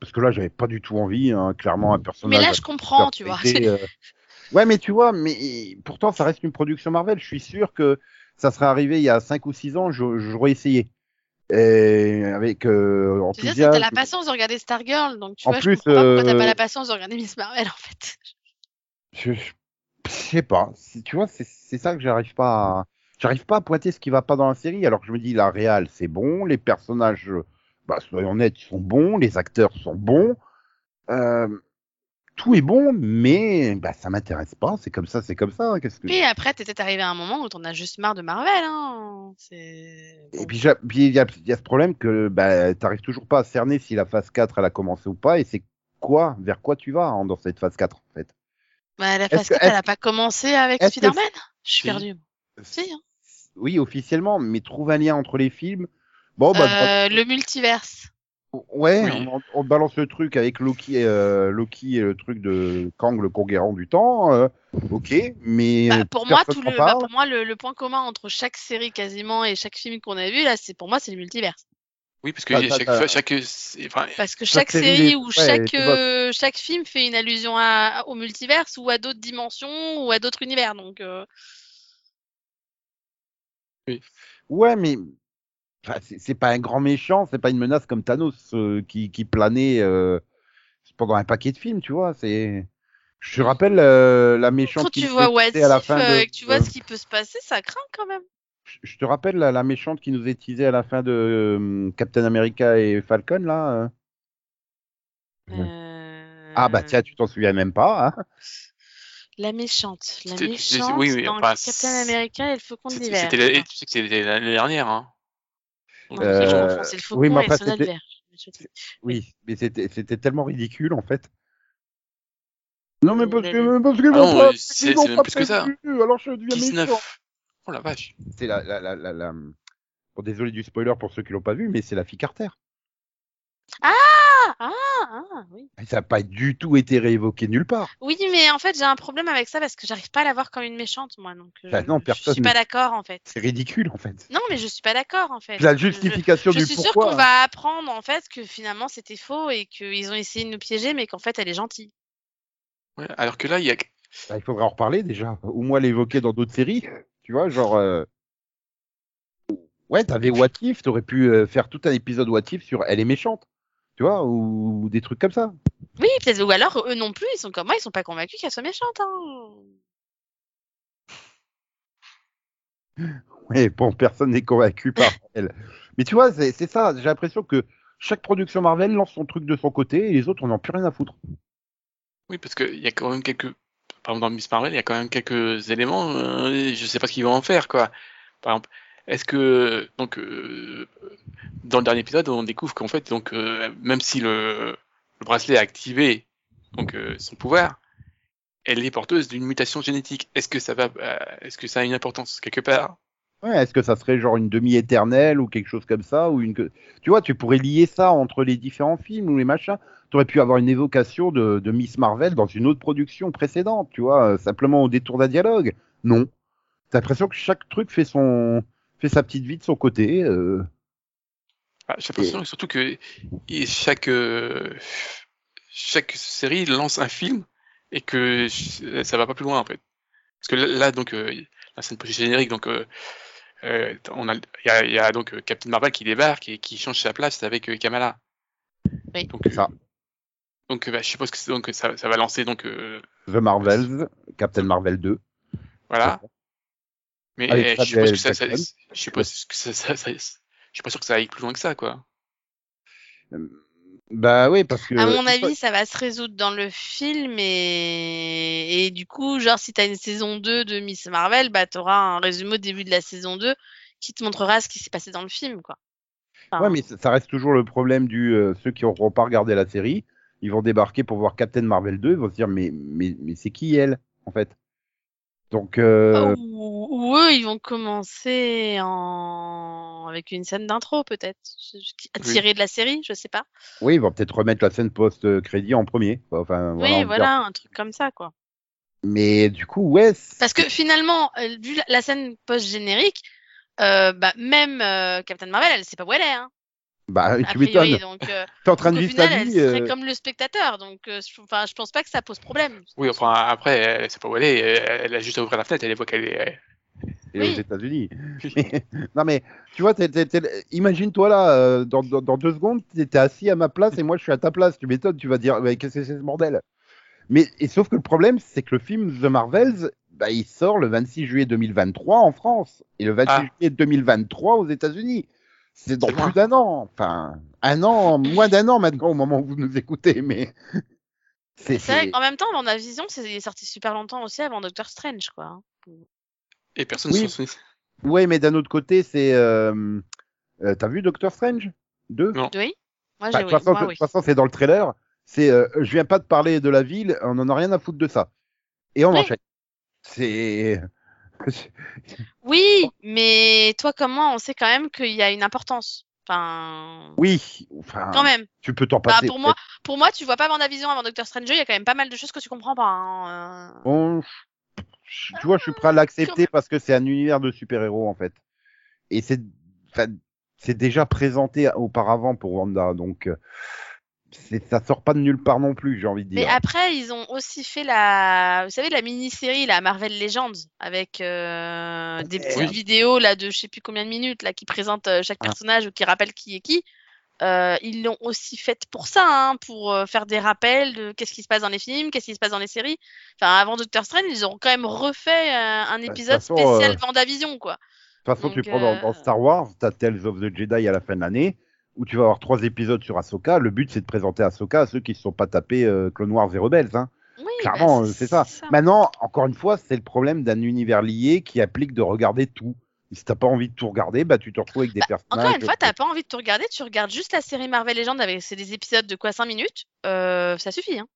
S1: parce que là, j'avais pas du tout envie. hein. Clairement, un personnage.
S3: Mais là, je comprends, tu vois.
S1: interprété, euh, Ouais, mais tu vois, mais pourtant, ça reste une production Marvel. Je suis sûr que ça serait arrivé il y a 5 ou 6 ans, je- j'aurais essayé. Et avec euh,
S3: Tu veux dire, c'est que t'as la
S1: enthousiasme.
S3: patience de regarder Stargirl, donc tu
S1: En
S3: vois,
S1: plus,
S3: je comprends pas pourquoi t'as
S1: euh,
S3: pas la patience de regarder Miss Marvel, en fait.
S1: Je, je, je sais pas. C'est- Tu vois, c'est c'est ça que j'arrive pas à... J'arrive pas à pointer ce qui va pas dans la série, alors que je me dis, la réal, c'est bon, les personnages, euh, bah, soyons honnêtes, sont bons, les acteurs sont bons, euh, tout est bon, mais bah, ça m'intéresse pas, c'est comme ça, c'est comme ça. hein, qu'est-ce que...
S3: Oui, après, t'es peut-être arrivé à un moment où t'en as juste marre de Marvel, hein. C'est...
S1: Et puis j'a- puis il y a, il y a ce problème que bah, t'arrives toujours pas à cerner si la phase 4, elle a commencé ou pas, et c'est quoi, vers quoi tu vas hein, dans cette phase 4, en fait.
S3: Bah, la
S1: Est-ce
S3: phase
S1: que-
S3: 4, elle a pas commencé avec
S1: est-ce que-
S3: Spider-Man Je suis
S1: Si.
S3: perdue. Si, hein.
S1: Oui, officiellement, mais trouve un lien entre les films. Bon, bah,
S3: Euh, le multiverse.
S1: Ouais,
S2: Oui.
S1: on, on balance le truc avec Loki, euh, Loki et le truc de Kang le conquérant du temps. euh, ok, mais
S3: Bah,
S1: euh,
S3: pour, moi,
S1: personne
S3: tout
S1: n'en
S3: le, bah,
S1: parle.
S3: pour moi, le, le point commun entre chaque série quasiment et chaque film qu'on a vu, là, c'est pour moi, c'est le multiverse.
S2: Oui, parce que
S1: Ah,
S2: j'ai-
S1: ça,
S2: chaque,
S1: ça-
S2: fois- chaque, c'est- enfin,
S3: Parce que
S1: Chaque
S3: chaque
S1: série,
S3: série
S1: les-
S3: ou
S1: ouais,
S3: chaque,
S1: les votes.
S3: euh, chaque film fait une allusion à, au multivers ou à d'autres dimensions ou à d'autres univers. Donc, euh,
S1: Ouais, mais enfin, c'est c'est pas un grand méchant, c'est pas une menace comme Thanos euh, qui, qui planait euh, pendant un paquet de films, tu vois. C'est. Je te rappelle euh, la méchante
S3: quand
S1: qui
S3: tu
S1: nous
S3: vois
S1: est
S3: What
S1: teasée à la
S3: If,
S1: fin
S3: euh,
S1: de-
S3: et que tu vois
S1: euh,
S3: ce qui peut se passer, ça craint quand même.
S1: je- je te rappelle la, la méchante qui nous est teasée à la fin de euh, Captain America et Falcon là. euh. Ouais.
S3: Euh,
S1: Ah
S3: Mmh.
S1: bah tiens, tu t'en souviens même pas. Hein
S3: La méchante. La
S2: C'était- c'était-
S3: méchante
S2: oui, oui,
S3: dans
S2: enfin,
S3: Captain
S2: c'est-
S3: America et le Faucon de
S2: c'était
S3: l'hiver.
S2: c'était la- et tu sais que c'était l'année dernière. Hein.
S3: Non, mais je
S1: Euh,
S3: confonds, C'est le Faucon
S1: oui, mais
S3: et
S1: enfin,
S3: le Soldat de
S1: c'était-
S3: l'hiver. Je te dis.
S1: Oui, mais c'était c'était tellement ridicule en fait. Non mais
S3: Oui,
S1: parce
S3: mais-
S1: que parce que
S2: Ah
S1: mon
S2: non,
S1: frère,
S2: euh, c'est-
S1: ils ont
S2: c'est même
S1: pas
S2: plus que ça.
S1: prévenu, Alors je deviens méchant.
S2: 19. Oh la vache.
S1: C'est la la la la. la... hum, Bon, désolé du spoiler pour ceux qui l'ont pas vu, mais c'est la fille Carter.
S3: Ah, ah, ah, oui.
S1: Et Ça n'a pas du tout été réévoqué nulle part.
S3: Oui, mais en fait, j'ai un problème avec ça parce que j'arrive pas à la voir comme une méchante, moi. Donc, je,
S1: Bah non,
S3: je suis
S1: personne
S3: pas
S1: ne-
S3: d'accord, en fait.
S1: C'est ridicule en fait.
S3: Non, mais je suis pas d'accord, en fait.
S1: La
S3: Je-
S1: justification
S3: Je
S1: du
S3: suis sûre
S1: pourquoi.
S3: qu'on va apprendre en fait que finalement c'était faux et qu'ils ont essayé de nous piéger, mais qu'en fait elle est gentille.
S2: Ouais, alors que là, il y a.
S1: bah, il faudrait en reparler déjà. Au moins l'évoquer dans d'autres séries. Tu vois, genre. euh, Ouais, t'avais What If, t'aurais pu euh, faire tout un épisode What If sur Elle est méchante. Tu vois, ou des trucs comme ça.
S3: Oui, peut-être. Ou alors eux non plus, ils sont comme moi, ils sont pas convaincus qu'elle soit méchante. Hein.
S1: Ouais, bon, personne n'est convaincu par elle. Mais tu vois, c'est c'est ça. J'ai l'impression que chaque production Marvel lance son truc de son côté et les autres, on n'en a plus rien à foutre.
S2: Oui, parce qu'il y a quand même quelques. Par exemple, dans Miss Marvel, il y a quand même quelques éléments. euh, je sais pas ce qu'ils vont en faire, quoi. Par exemple, est-ce que. Donc, euh, dans le dernier épisode, on découvre qu'en fait, donc, euh, même si le, le bracelet a activé donc, euh, son pouvoir, elle est porteuse d'une mutation génétique. Est-ce que ça va. euh, est-ce que ça a une importance quelque part
S1: Ouais, est-ce que ça serait genre une demi-éternelle ou quelque chose comme ça ou une... que- Tu vois, tu pourrais lier ça entre les différents films ou les machins. Tu aurais pu avoir une évocation de, de Miss Marvel dans une autre production précédente, tu vois, euh, simplement au détour d'un dialogue. Non. T'as l'impression que chaque truc fait son fait sa petite vie de son côté. euh.
S2: Ah, J'ai l'impression et surtout que et chaque, euh, chaque série lance un film et que ch- ça va pas plus loin en fait. Parce que là, là, donc, euh, la scène post-générique, donc, euh, euh, on a, il y a, il y a donc euh, Captain Marvel qui débarque et qui change sa place avec euh, Kamala.
S3: Oui.
S2: Donc,
S1: C'est ça.
S2: donc, euh, bah, je suppose que c'est- donc, ça, ça va lancer donc, euh,
S1: The Marvels, Captain Marvel 2.
S2: voilà. Mais
S1: Avec
S2: euh, je
S1: Samuel
S2: suppose que ça, ça-
S1: Jackson.
S2: je suppose que ça, ça- ça- je suis pas sûr que ça aille plus loin que ça, quoi.
S1: Bah oui, parce que.
S3: À mon avis, ça va se résoudre dans le film et, et du coup, genre, si t'as une saison 2 de Miss Marvel, bah, t'auras un résumé au début de la saison 2 qui te montrera ce qui s'est passé dans le film, quoi. Enfin,
S1: Ouais, mais ça ça reste toujours le problème du euh, ceux qui n'auront pas regardé la série, ils vont débarquer pour voir Captain Marvel 2, ils vont se dire mais mais mais c'est qui elle en fait. Donc
S3: Oh.
S1: euh,
S3: Ou, ou eux, ils vont commencer en... avec une scène d'intro, peut-être, je- je- qui- tirée de la série, je sais pas.
S1: oui, ils vont peut-être remettre la scène post crédit en premier. quoi. Enfin voilà. on
S3: oui,
S1: verra.
S3: voilà, un truc comme ça, quoi.
S1: Mais du coup ouais. c'est-
S3: Parce que finalement, euh, vu la, la scène post-générique, euh, bah, même euh, Captain Marvel, elle sait pas où elle est, hein,
S1: Bah
S3: a
S1: tu
S3: priori,
S1: m'étonnes.
S3: donc, euh,
S1: T'es en train de
S3: donc, au
S1: vivre ta
S3: final, elle
S1: vie.
S3: serait
S1: euh,
S3: comme le spectateur, donc euh, je- enfin, je pense pas que ça pose problème.
S2: Oui, enfin, après, elle sait pas où elle est, elle elle a juste à ouvrir la fenêtre, elle voit qu'elle est.
S1: et
S3: Oui.
S1: aux États-Unis. Mais- non mais tu vois, t'es- t'es- t'es- imagine-toi là, euh, dans, dans, dans deux secondes, t'étais assis à ma place et moi je suis à ta place. Tu m'étonnes, tu vas dire mais qu'est-ce que c'est ce bordel Mais et sauf que le problème, c'est que le film The Marvels, bah, il sort le 26 juillet 2023 en France et le 26
S2: Ah.
S1: juillet 2023 aux États-Unis. C'est dans
S2: C'est loin.
S1: plus d'un an, enfin un an, moins d'un an maintenant au moment où vous nous écoutez, mais c'est
S3: C'est vrai
S1: c'est-
S3: qu'en même temps, Vision, c'est il est sorti super longtemps aussi avant Doctor Strange, quoi. hein.
S2: Et personne ne
S1: Oui.
S2: s'en souvient.
S1: ouais, mais d'un autre côté, c'est euh, euh, t'as vu Doctor Strange 2
S3: Oui, moi,
S1: Bah,
S3: Ah, j'ai
S1: De toute façon,
S3: moi,
S1: de
S3: oui.
S1: toute façon, c'est dans le trailer. C'est, euh, je viens pas de parler de la ville, on en a rien à foutre de ça. Et on
S3: Oui.
S1: enchaîne. C'est.
S3: Oui, mais toi comme moi, on sait quand même qu'il y a une importance. Enfin,
S1: Oui, enfin,
S3: quand même.
S1: tu peux t'en
S3: Bah,
S1: passer.
S3: pour moi, pour moi, tu vois pas Vision avant Doctor Strange, il y a quand même pas mal de choses que tu comprends pas. hein, euh.
S1: Bon, je- tu vois, je suis prêt à l'accepter parce que c'est un univers de super-héros en fait. Et c'est, enfin, c'est déjà présenté auparavant pour Wanda, donc euh, c'est, ça sort pas de nulle part non plus, j'ai envie de
S3: Mais
S1: dire.
S3: après, ils ont aussi fait la, vous savez, la mini-série, la Marvel Legends, avec euh, des
S1: Oui.
S3: petites vidéos là de je sais plus combien de minutes là qui présentent euh, chaque
S1: Ah.
S3: personnage ou qui rappelle qui est qui. Euh, ils l'ont aussi faite pour ça, hein, pour euh, faire des rappels de qu'est-ce qui se passe dans les films, qu'est-ce qui se passe dans les séries. Enfin, avant Doctor Strange, ils ont quand même refait euh, un
S1: Bah, toute
S3: épisode
S1: façon,
S3: spécial
S1: euh,
S3: Vendavision, quoi.
S1: De toute façon, tu
S3: Donc,
S1: prends dans,
S3: euh,
S1: dans Star Wars, t'as Tales of the Jedi à la fin de l'année, où tu vas avoir trois épisodes sur Ahsoka. Le but, c'est de présenter Ahsoka à ceux qui se sont pas tapés euh, Clone Wars et Rebels. Hein.
S3: Oui,
S1: Clairement,
S3: bah,
S1: euh, c'est ça. Maintenant, encore une fois, c'est le problème d'un univers lié qui applique de regarder tout. Si t'as pas envie de tout regarder, bah tu te retrouves avec des personnages.
S3: Encore une
S1: bah.
S3: fois, t'as pas envie de tout regarder, tu regardes juste la série Marvel Legends avec c'est des épisodes de quoi 5 minutes, euh, ça suffit. Hein.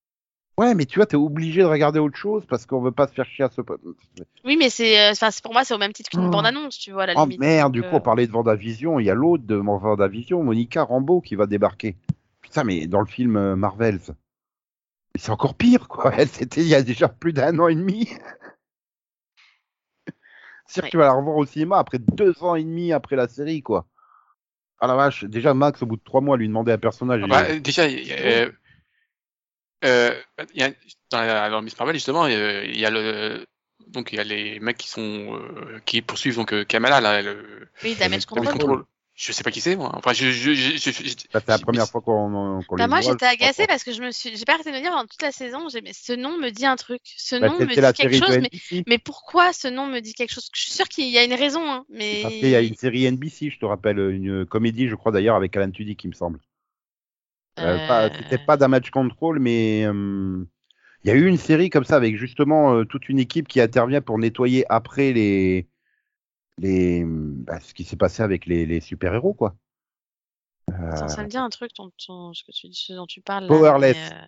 S1: Ouais, mais tu vois, t'es obligé de regarder autre chose parce qu'on veut pas se faire chier à ce.
S3: Oui, mais c'est, euh, enfin, c'est- pour moi, c'est au même titre qu'une
S1: Oh.
S3: bande-annonce, tu vois, à la
S1: Oh
S3: limite.
S1: merde, du
S3: Donc,
S1: coup,
S3: euh,
S1: on parlait de Vendavision, il y a l'autre de Vendavision, Monica Rambeau, qui va débarquer. Putain, mais dans le film euh, Marvels. Mais c'est encore pire, quoi. Elle, C'était il y a déjà plus d'un an et demi. C'est-à-dire que tu vas la revoir au cinéma après deux ans et demi après la série, quoi. Ah la vache, déjà Max, au bout de trois mois, lui demander un personnage.
S2: Ah
S1: il-
S2: bah, euh, déjà, il y a, euh, euh, il y a- dans, la- dans Miss Marvel, justement, euh, il y a le. Donc, il y a les mecs qui sont. euh, qui poursuivent donc euh, Kamala, là, le.
S3: Oui,
S1: Damage
S3: Damage Control.
S1: Control.
S2: Je sais pas qui c'est, moi. Enfin, je. je, je, je- je-
S3: euh,
S1: Bah, c'est la
S2: je-
S1: première fois qu'on qu'on les
S3: Bah,
S1: voit,
S3: moi, j'étais
S1: je crois
S3: agacée
S1: pas.
S3: parce que je me suis, j'ai pas arrêté de me dire pendant toute la saison, j'ai, mais ce nom me dit un truc. Ce
S1: Bah,
S3: nom me
S1: C'était la
S3: dit quelque
S1: série
S3: chose,
S1: de
S3: mais,
S1: NBC.
S3: mais pourquoi ce nom me dit quelque chose? Je suis sûre qu'il y a une raison, hein, mais.
S1: Parce qu'il y a une série NBC, je te rappelle, une comédie, je crois d'ailleurs, avec Alan Tudyk, il me semble. Euh, pas-
S3: Euh,
S1: C'était pas d'un match contrôle, mais euh, il y a eu une série comme ça avec justement euh, toute une équipe qui intervient pour nettoyer après les, les bah, ce qui s'est passé avec les, les super héros quoi.
S3: Attends,
S1: Euh,
S3: ça me dit un truc, ton, ton- ce, que tu, ce dont tu parles. là,
S1: Powerless.
S3: mais, euh,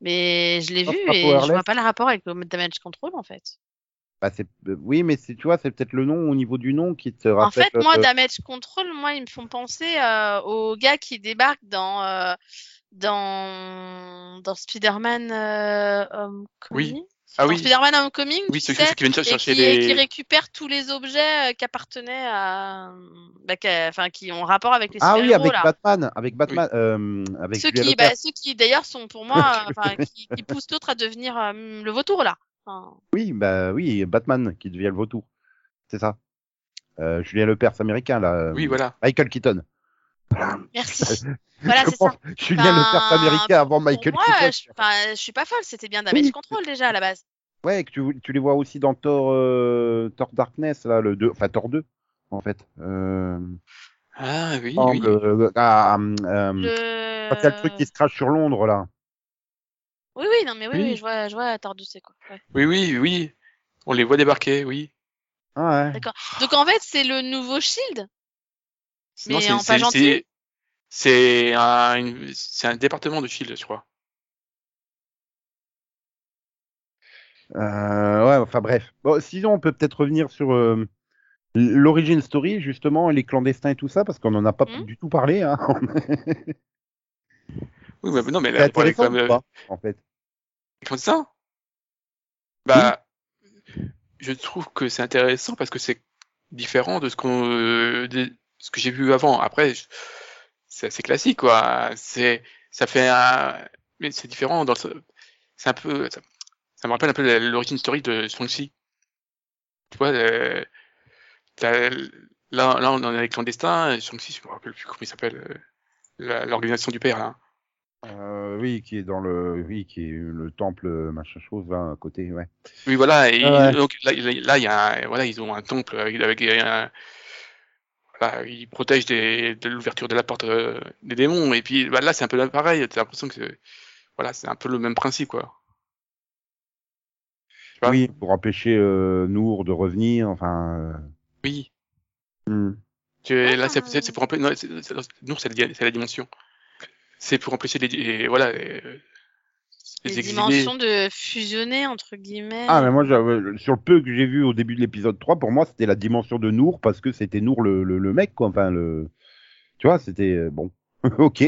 S3: mais je l'ai
S1: Non,
S3: vu
S1: c'est pas
S3: et je
S1: Powerless.
S3: vois pas le rapport avec le damage control en fait.
S1: bah, c'est- euh, oui, mais c'est- tu vois, c'est peut-être le nom au niveau du nom qui te
S3: En
S1: rappelle.
S3: fait, moi,
S1: euh,
S3: damage control, moi, ils me font penser euh, aux gars qui débarquent dans euh, dans dans Spider-Man euh, Homecoming.
S2: Ah
S3: Dans
S2: oui,
S3: Spider-Man Homecoming,
S2: oui,
S3: tu
S2: ceux,
S3: sais,
S2: ceux qui viennent ch-
S3: et
S2: chercher
S3: qui, et qui
S2: les.
S3: récupèrent tous les objets euh, qui appartenaient à, bah, qu'à- enfin, qui ont rapport avec les
S1: Ah oui,
S3: super-héros,
S1: avec
S3: là.
S1: Batman, avec Batman, euh, avec
S3: ceux
S1: Julia
S3: qui,
S1: Lopez.
S3: bah, ceux qui d'ailleurs sont pour moi, euh, enfin, qui, qui poussent l'autre à devenir euh, le vautour là. Enfin,
S1: Oui, bah oui, Batman qui devient le vautour, c'est ça. Euh, Julien Lepers américain là. euh,
S2: Oui, voilà.
S1: Michael Keaton.
S3: merci. voilà,
S1: je
S3: Ah, c'est ça. Ben,
S1: pense Julien Lepers américain avant Michael
S3: pour moi,
S1: Keaton.
S3: je, enfin, je suis pas folle. C'était bien Damage
S1: Oui.
S3: Control déjà à la base.
S1: Ouais, et que tu, tu les vois aussi dans Thor, euh, Thor Darkness, là, le 2, enfin Thor 2, en fait. Euh,
S2: Ah oui, oui.
S1: semble, euh, ah, hum, euh,
S3: Le...
S1: quand il y a le truc qui se crache sur Londres, là.
S3: Oui, oui, non, mais oui,
S1: Oui.
S3: oui, je vois, je vois, tordu, c'est quoi. ouais.
S2: Oui, oui, oui. On les voit débarquer, oui.
S1: Ah, ouais.
S3: D'accord. Donc en fait, c'est le nouveau Shield.
S2: Sinon,
S3: Mais
S2: c'est-
S3: en pas
S2: c'est-
S3: gentil.
S2: c'est- C'est un, une- c'est un département de Shield, je crois.
S1: Euh, ouais, enfin bref. Bon, sinon, on peut peut-être revenir sur euh, l'origin story, justement, et les clandestins et tout ça, parce qu'on n'en a pas
S3: Hmm.
S1: du tout parlé. Hein.
S2: Oui, mais non, mais
S1: C'est
S2: là, on parlait
S1: intéressant
S2: quand
S1: ou
S2: même. euh,
S1: pas, en fait.
S2: Comme ça Bah, je trouve que c'est intéressant parce que c'est différent de ce qu'on, euh, de ce que j'ai vu avant. Après, je- c'est assez classique, quoi. C'est, ça fait un, mais c'est différent dans le, c'est un peu, ça, ça me rappelle un peu la- l'origine historique de Shang-Chi. Tu vois, euh, t'as- là, là, on en est avec clandestin. Shang-Chi, je me rappelle plus comment il s'appelle, euh, la- l'organisation du père, là.
S1: Euh, oui, qui est dans le, oui, qui est le temple, euh, machin chose, là, à côté, ouais.
S2: Oui, voilà. Et
S1: Ouais.
S2: donc là, là, là, il y a un- voilà, ils ont un temple avec, avec un- voilà, ils protègent des, de l'ouverture de la porte euh, des démons. Et puis bah, là, c'est un peu pareil. T'as l'impression que c'est- voilà, c'est un peu le même principe, quoi. Tu vois
S1: Oui, pour empêcher euh, Nour de revenir, enfin. euh,
S2: Oui.
S1: hmm.
S2: Tu, là, c'est
S3: Ah.
S2: c'est- c'est pour empêcher. non, c'est- c'est- Nous, c'est la di- c'est la dimension. C'est pour empêcher les, et voilà, les, les
S3: Les
S2: exilés.
S3: dimensions de fusionner entre guillemets.
S1: Ah, mais moi, j'avais- sur le peu que j'ai vu au début de l'épisode 3, pour moi, c'était la dimension de Nour, parce que c'était Nour le, le, le mec, quoi. Enfin, le... tu vois, c'était euh, bon. ok.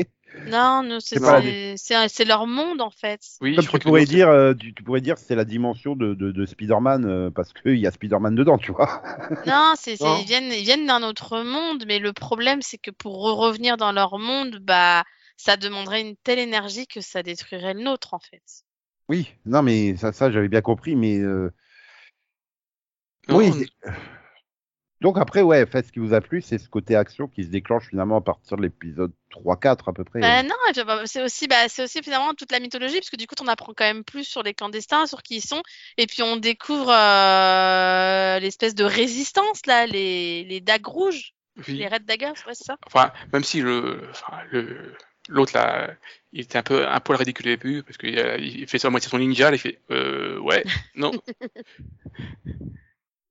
S3: Non, non, c'est
S1: C'est pas la
S3: c'est- c'est un- c'est leur monde en fait.
S2: Oui,
S1: Comme
S2: je
S1: tu
S2: crois que
S1: pourrais,
S2: nous, c'est-
S1: dire, euh, tu, tu pourrais dire, c'est la dimension de, de, de Spider-Man, euh, parce qu'il y a Spider-Man dedans, tu vois.
S3: Non, c'est, c'est-
S2: Non.
S3: ils viennent, ils viennent d'un autre monde, mais le problème, c'est que pour re- revenir dans leur monde, bah, ça demanderait une telle énergie que ça détruirait le nôtre, en fait.
S1: Oui, non, mais ça, ça j'avais bien compris, mais. euh,
S2: non,
S1: oui, c'est- euh. Donc après, ouais, enfin, ce qui vous a plu, c'est ce côté action qui se déclenche finalement à partir de l'épisode 3-4 à peu près. euh.
S3: Bah non, et puis, bah, c'est aussi, bah, c'est aussi finalement toute la mythologie, parce que du coup, on apprend quand même plus sur les clandestins, sur qui ils sont, et puis on découvre euh, l'espèce de résistance là, les, les dagues rouges,
S2: oui.
S3: les red daggers, ouais, c'est ça.
S2: Enfin, même si le, enfin, le, l'autre là, il était un peu, un poil ridicule au début parce qu'il euh, il fait ça à moitié son ninja, là, il fait, euh, ouais, non.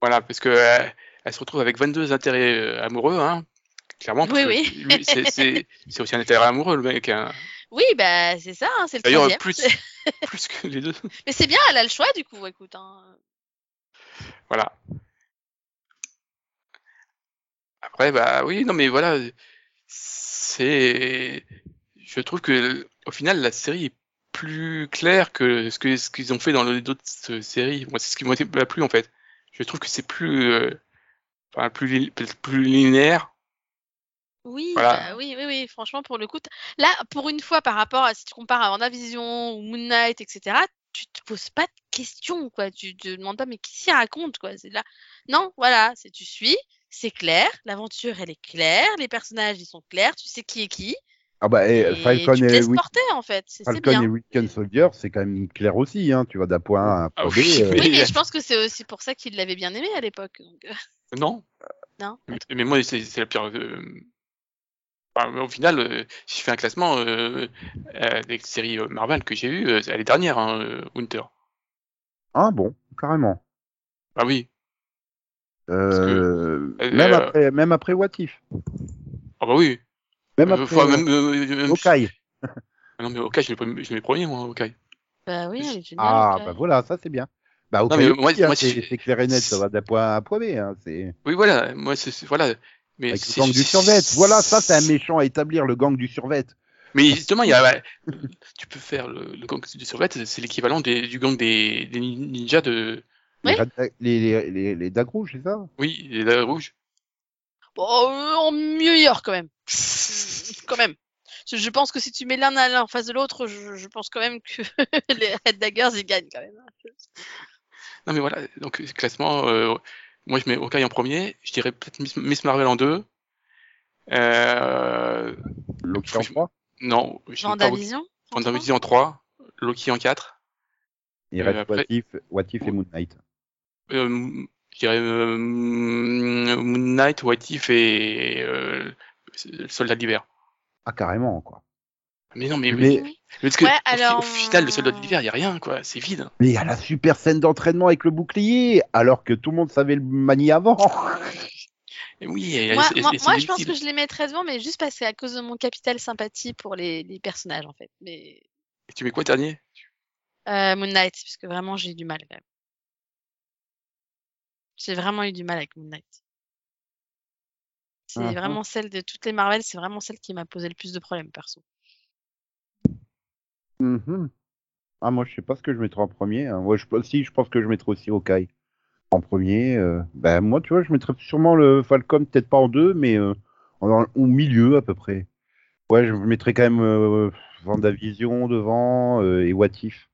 S2: voilà, parce que euh, elle se retrouve avec 22 intérêts euh, amoureux, hein, clairement. parce
S3: Oui,
S2: que
S3: oui.
S2: lui, c'est, c'est, c'est aussi un intérêt amoureux, le mec. hein.
S3: Oui, bah c'est ça, hein, c'est le
S2: D'ailleurs,
S3: troisième.
S2: plus, plus que les deux.
S3: Mais c'est bien, elle a le choix du coup, écoute. Hein.
S2: Voilà. Après, bah oui, non, mais voilà, c'est. Je trouve que au final, la série est plus claire que ce que ce qu'ils ont fait dans les autres euh, séries. Moi, c'est ce qui m'a m'a plu en fait. Je trouve que c'est plus, euh, enfin, plus, li- plus linéaire.
S3: Oui,
S2: Voilà.
S3: bah oui, oui, oui, franchement, pour le coup, t- là, pour une fois, par rapport à si tu compares à WandaVision ou Moon Knight, etc., tu te poses pas de questions, quoi. Tu te demandes pas, mais qui s'y raconte, quoi. C'est là. Non, voilà, c'est tu suis, c'est clair, l'aventure elle est claire, les personnages ils sont clairs, tu sais qui est qui.
S1: Ah bah, et
S3: Et
S1: Falcon,
S3: tu te
S1: et,
S3: laisses
S1: Wi-
S3: porter en fait, c'est c'est
S1: Falcon
S3: bien.
S1: et Weekend Soldier, c'est quand même clair aussi. Hein. Tu vas d'un point A à un point
S2: Ah
S1: B.
S2: oui,
S1: euh,
S2: oui.
S3: Oui, mais je pense que c'est aussi pour ça qu'il l'avait bien aimé à l'époque. donc, euh,
S2: Non.
S3: Non,
S2: Mais, mais moi, c'est c'est la pire. euh, enfin, mais au final, euh, si je fais un classement euh, euh, des séries euh, Marvel que j'ai eues, euh, c'est les dernières, hein, euh, Winter.
S1: Ah bon, carrément.
S2: Ah oui.
S1: Euh,
S2: que-
S1: même,
S2: euh,
S1: après, même après What If.
S2: Ah bah oui.
S1: Même
S2: Euh,
S1: après
S2: enfin, même, euh, euh, même-
S1: Hawkeye.
S2: Ah Non, mais Okai, je l'ai premier- je l'ai premier, moi, Hawkeye.
S3: Bah oui, elle est géniale,
S1: Ah
S3: Hawkeye.
S1: bah voilà, ça c'est bien. Bah
S2: Non,
S1: Hawkeye
S2: mais
S1: aussi,
S2: moi-
S1: hein,
S2: moi,
S1: c'est
S2: je-
S1: c'est clair et net, ça va d'un point A à un point B. Hein. C'est
S2: Oui, voilà. Moi, c'est. c'est- Voilà. Mais
S1: avec
S2: c'est-
S1: le gang du
S2: c'est-
S1: survêt. Voilà, ça c'est un méchant à établir, le gang du survêt.
S2: Mais justement, il y a, ouais, tu peux faire le, le gang du Survêt, c'est l'équivalent des- du gang des, des nin- ninjas de.
S1: Les,
S3: Oui.
S1: rad- les, les, les, les dagues rouges, c'est ça
S2: Oui, les Dagues rouges.
S3: Bon, euh, en meilleur quand même. quand même. Je, je pense que si tu mets l'un à l'un en face de l'autre, je, je pense quand même que les Red Daggers ils gagnent quand même.
S2: Non, mais voilà. Donc, classement, euh, moi, je mets Hawkeye en premier. Je dirais peut-être Miss, Miss Marvel en deux. Euh,
S1: Loki en
S2: Je-
S1: 3
S2: non, je mets pas Hawkeye-
S3: Vendavision en trois
S2: Vendavision en trois. Loki en quatre.
S1: Il
S2: Euh,
S1: reste
S2: après-
S1: What If, What If et
S2: Ouais.
S1: Moon Knight.
S2: Euh, je dirais euh, Moon Knight, What If et euh, le Soldat d'hiver.
S1: Ah carrément quoi.
S2: Mais non, mais,
S1: Mais-
S3: Oui.
S2: parce que
S3: Ouais,
S2: au fi- au,
S3: alors,
S2: final, le Soldat
S3: euh,
S2: d'hiver, il y a rien, quoi. C'est vide.
S1: Mais il y a la super scène d'entraînement avec le bouclier, alors que tout le monde savait le manier avant.
S2: Et oui, et-
S3: Moi,
S2: et-
S3: moi,
S2: et c'est
S3: moi, je pense
S2: inutile.
S3: que je les mettrais devant, mais juste parce que c'est à cause de mon capital sympathie pour les, les personnages en fait. Mais
S2: Et tu mets quoi dernier
S3: euh, Moon Knight, parce que vraiment j'ai eu du mal quand même. J'ai vraiment eu du mal avec Moon Knight. C'est
S1: Mhm.
S3: vraiment celle de toutes les Marvel, c'est vraiment celle qui m'a posé le plus de problèmes perso.
S1: Mhm. Ah moi je sais pas ce que je mettrais en premier. hein. Moi je si je pense que je mettrais aussi Hawkeye en premier. euh, ben moi tu vois je mettrais sûrement le Falcon peut-être pas en deux mais euh, en- au milieu à peu près. Ouais je mettrais quand même euh, Vendavision devant euh, et What If.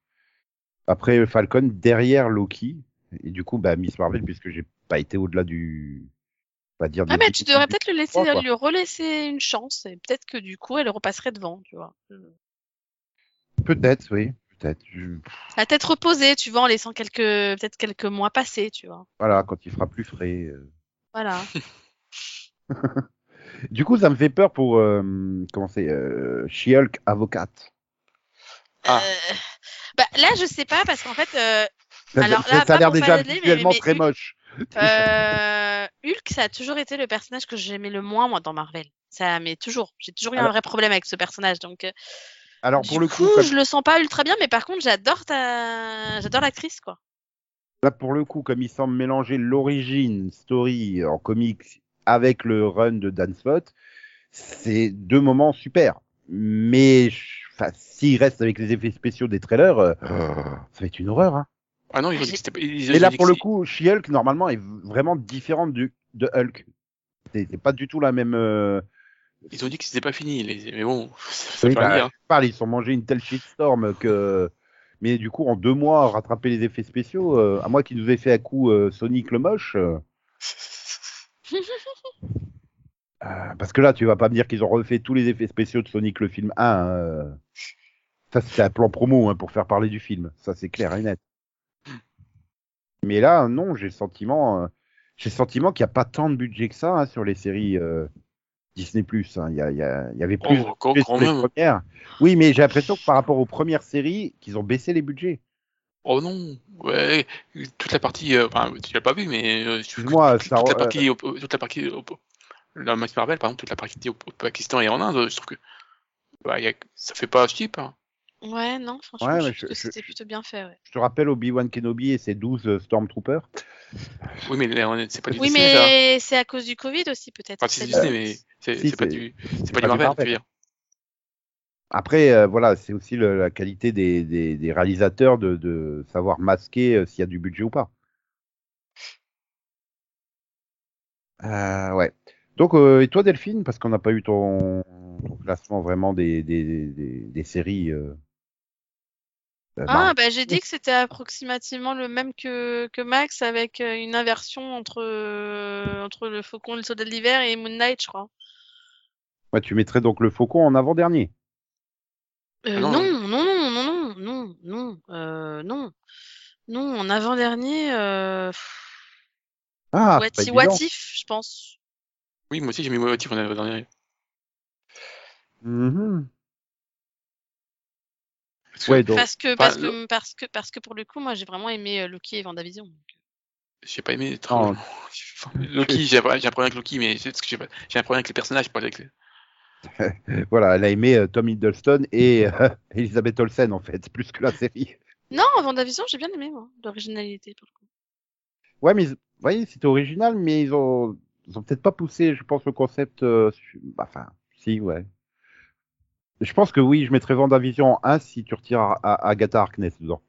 S1: Après Falcon derrière Loki et du coup bah Miss Marvel puisque j'ai pas été au-delà du on va dire
S3: Ah
S1: des
S3: mais tu
S1: dix-
S3: devrais
S1: du-
S3: peut-être le laisser,
S1: trois, quoi.
S3: lui relaisser une chance et peut-être que du coup elle repasserait devant, tu vois. Euh,
S1: peut-être oui peut-être Je-
S3: La tête reposée, tu vois, en laissant quelques peut-être quelques mois passer, tu vois.
S1: voilà quand il fera plus frais. euh,
S3: Voilà.
S1: Du coup, ça me fait peur pour euh, comment c'est euh, She-Hulk avocate.
S2: Ah.
S3: Euh, bah, là je sais pas parce qu'en fait euh,
S1: Ça,
S3: Alors
S1: ça-
S3: là,
S1: ça a
S3: pas
S1: l'air
S3: pour
S1: déjà
S3: balader, mais-
S1: visuellement
S3: mais
S1: très
S3: Hulk-
S1: moche.
S3: Euh, Hulk, ça a toujours été le personnage que j'aimais le moins, moi, dans Marvel. Ça, mais toujours. J'ai toujours eu un
S1: Alors-
S3: vrai problème avec ce personnage. Donc, euh,
S1: Alors
S3: du
S1: pour le coup,
S3: coup,
S1: comme,
S3: je le sens pas ultra bien, mais par contre, j'adore ta... j'adore l'actrice, quoi.
S1: là pour le coup, comme il semble mélanger l'origine story en comics avec le run de Dan Slott, c'est deux moments super. Mais je- enfin, s'il reste avec les effets spéciaux des trailers, euh, ça va être une horreur. Hein.
S2: Ah non, ils ont dit
S3: J'ai-
S2: que c'était pas- ils- ils
S1: Et
S2: ont
S1: là
S2: dit
S1: pour
S2: que
S1: le
S2: c'est-
S1: coup, She-Hulk normalement est vraiment différente du, de Hulk. C'est c'est pas du tout la même. euh,
S2: Ils ont dit que c'était pas fini. les- Mais bon, ça
S1: Oui,
S2: fait pas
S1: bah,
S2: dire.
S1: je parle, ils se sont mangés une telle shitstorm que. Mais du coup, en deux mois, rattraper les effets spéciaux, euh, à moi qui nous ai fait à coup euh, Sonic le moche. euh, euh, parce que là, tu vas pas me dire qu'ils ont refait tous les effets spéciaux de Sonic le film 1. hein, euh. Ça, c'était un plan promo hein, pour faire parler du film. Ça, c'est clair et net. Mais là, non, j'ai le sentiment, euh, j'ai le sentiment qu'il n'y a pas tant de budget que ça hein, sur les séries euh, Disney+. hein. Il y, a- il y a- il y avait plus de
S2: Oh, quand,
S1: plus
S2: quand
S1: les
S2: même.
S1: premières. Oui, mais j'ai l'impression que par rapport aux premières séries, qu'ils ont baissé les budgets.
S2: Oh non. Ouais. Toute la partie. euh, enfin, tu l'as pas vu, mais. euh,
S1: Excuse-moi, euh,
S2: toute,
S1: Star
S2: toute la
S1: Wars-
S2: partie, au- toute la partie, au- la Max Marvel, par exemple, toute la partie au, au Pakistan et en Inde, je trouve que bah, y a- ça fait pas cheap. Hein.
S3: Ouais, non, franchement,
S1: Ouais,
S3: je
S1: mais
S3: trouve
S1: je-
S3: que
S1: je-
S3: c'était plutôt bien fait. ouais.
S1: je te rappelle Obi-Wan Kenobi et ses 12 euh, Stormtroopers.
S2: Oui, mais là, on est- c'est pas du
S3: Oui,
S2: Disney, ça.
S3: mais c'est à cause du Covid aussi, peut-être.
S2: Enfin, c'est
S3: C'est-
S2: Disney, mais c'est
S1: si,
S2: c'est pas
S1: c'est- Ah,
S2: du, c'est pas du Marvel, tu veux dire.
S1: Après, euh, voilà, c'est aussi le- la qualité des, des- des réalisateurs de, de savoir masquer euh, s'il y a du budget ou pas. Euh, ouais. Donc, euh, et toi, Delphine, parce qu'on n'a pas eu ton, ton classement vraiment des, des, des- des séries euh, Euh,
S3: Ah,
S1: Marie-
S3: bah j'ai dit que c'était approximativement le même que, que Max avec euh, une inversion entre, euh, entre le faucon et le soldat de l'hiver et Moon Knight, je crois.
S1: Ouais, tu mettrais donc le faucon en avant-dernier. Ah
S3: Euh,
S2: non,
S3: non, non, non, non, non, non, non, euh, non. Non, en avant-dernier, euh, pff,
S1: Ah,
S3: what,
S1: c'est
S3: i-
S1: pas
S3: what
S1: évident.
S3: if, je pense.
S2: Oui, moi aussi j'ai mis Motive en avant-dernier.
S1: Mhm.
S2: Parce que
S1: Ouais, donc,
S3: Parce que,
S2: Pas
S3: parce, que, parce, que, parce que pour le coup, moi j'ai vraiment aimé euh, Loki et Vendavision.
S2: J'ai pas aimé étrangement. Loki, j'ai un problème j'ai un problème avec Loki, mais c'est parce que j'ai pas- j'ai un problème avec les personnages, pas avec les...
S1: voilà, elle a aimé euh, Tom Hiddleston et euh, Elisabeth Olsen, en fait, plus que la série.
S3: Non, Vendavision, j'ai bien aimé, moi, l'originalité pour le coup.
S1: Ouais, mais ils- vous voyez, c'est original, mais ils ont, ils ont peut-être pas poussé, je pense, le concept. euh, su- bah, Enfin, si, ouais. Je pense que oui, je mettrais Vendavision en 1 si tu retires à, Agatha Harkness dedans.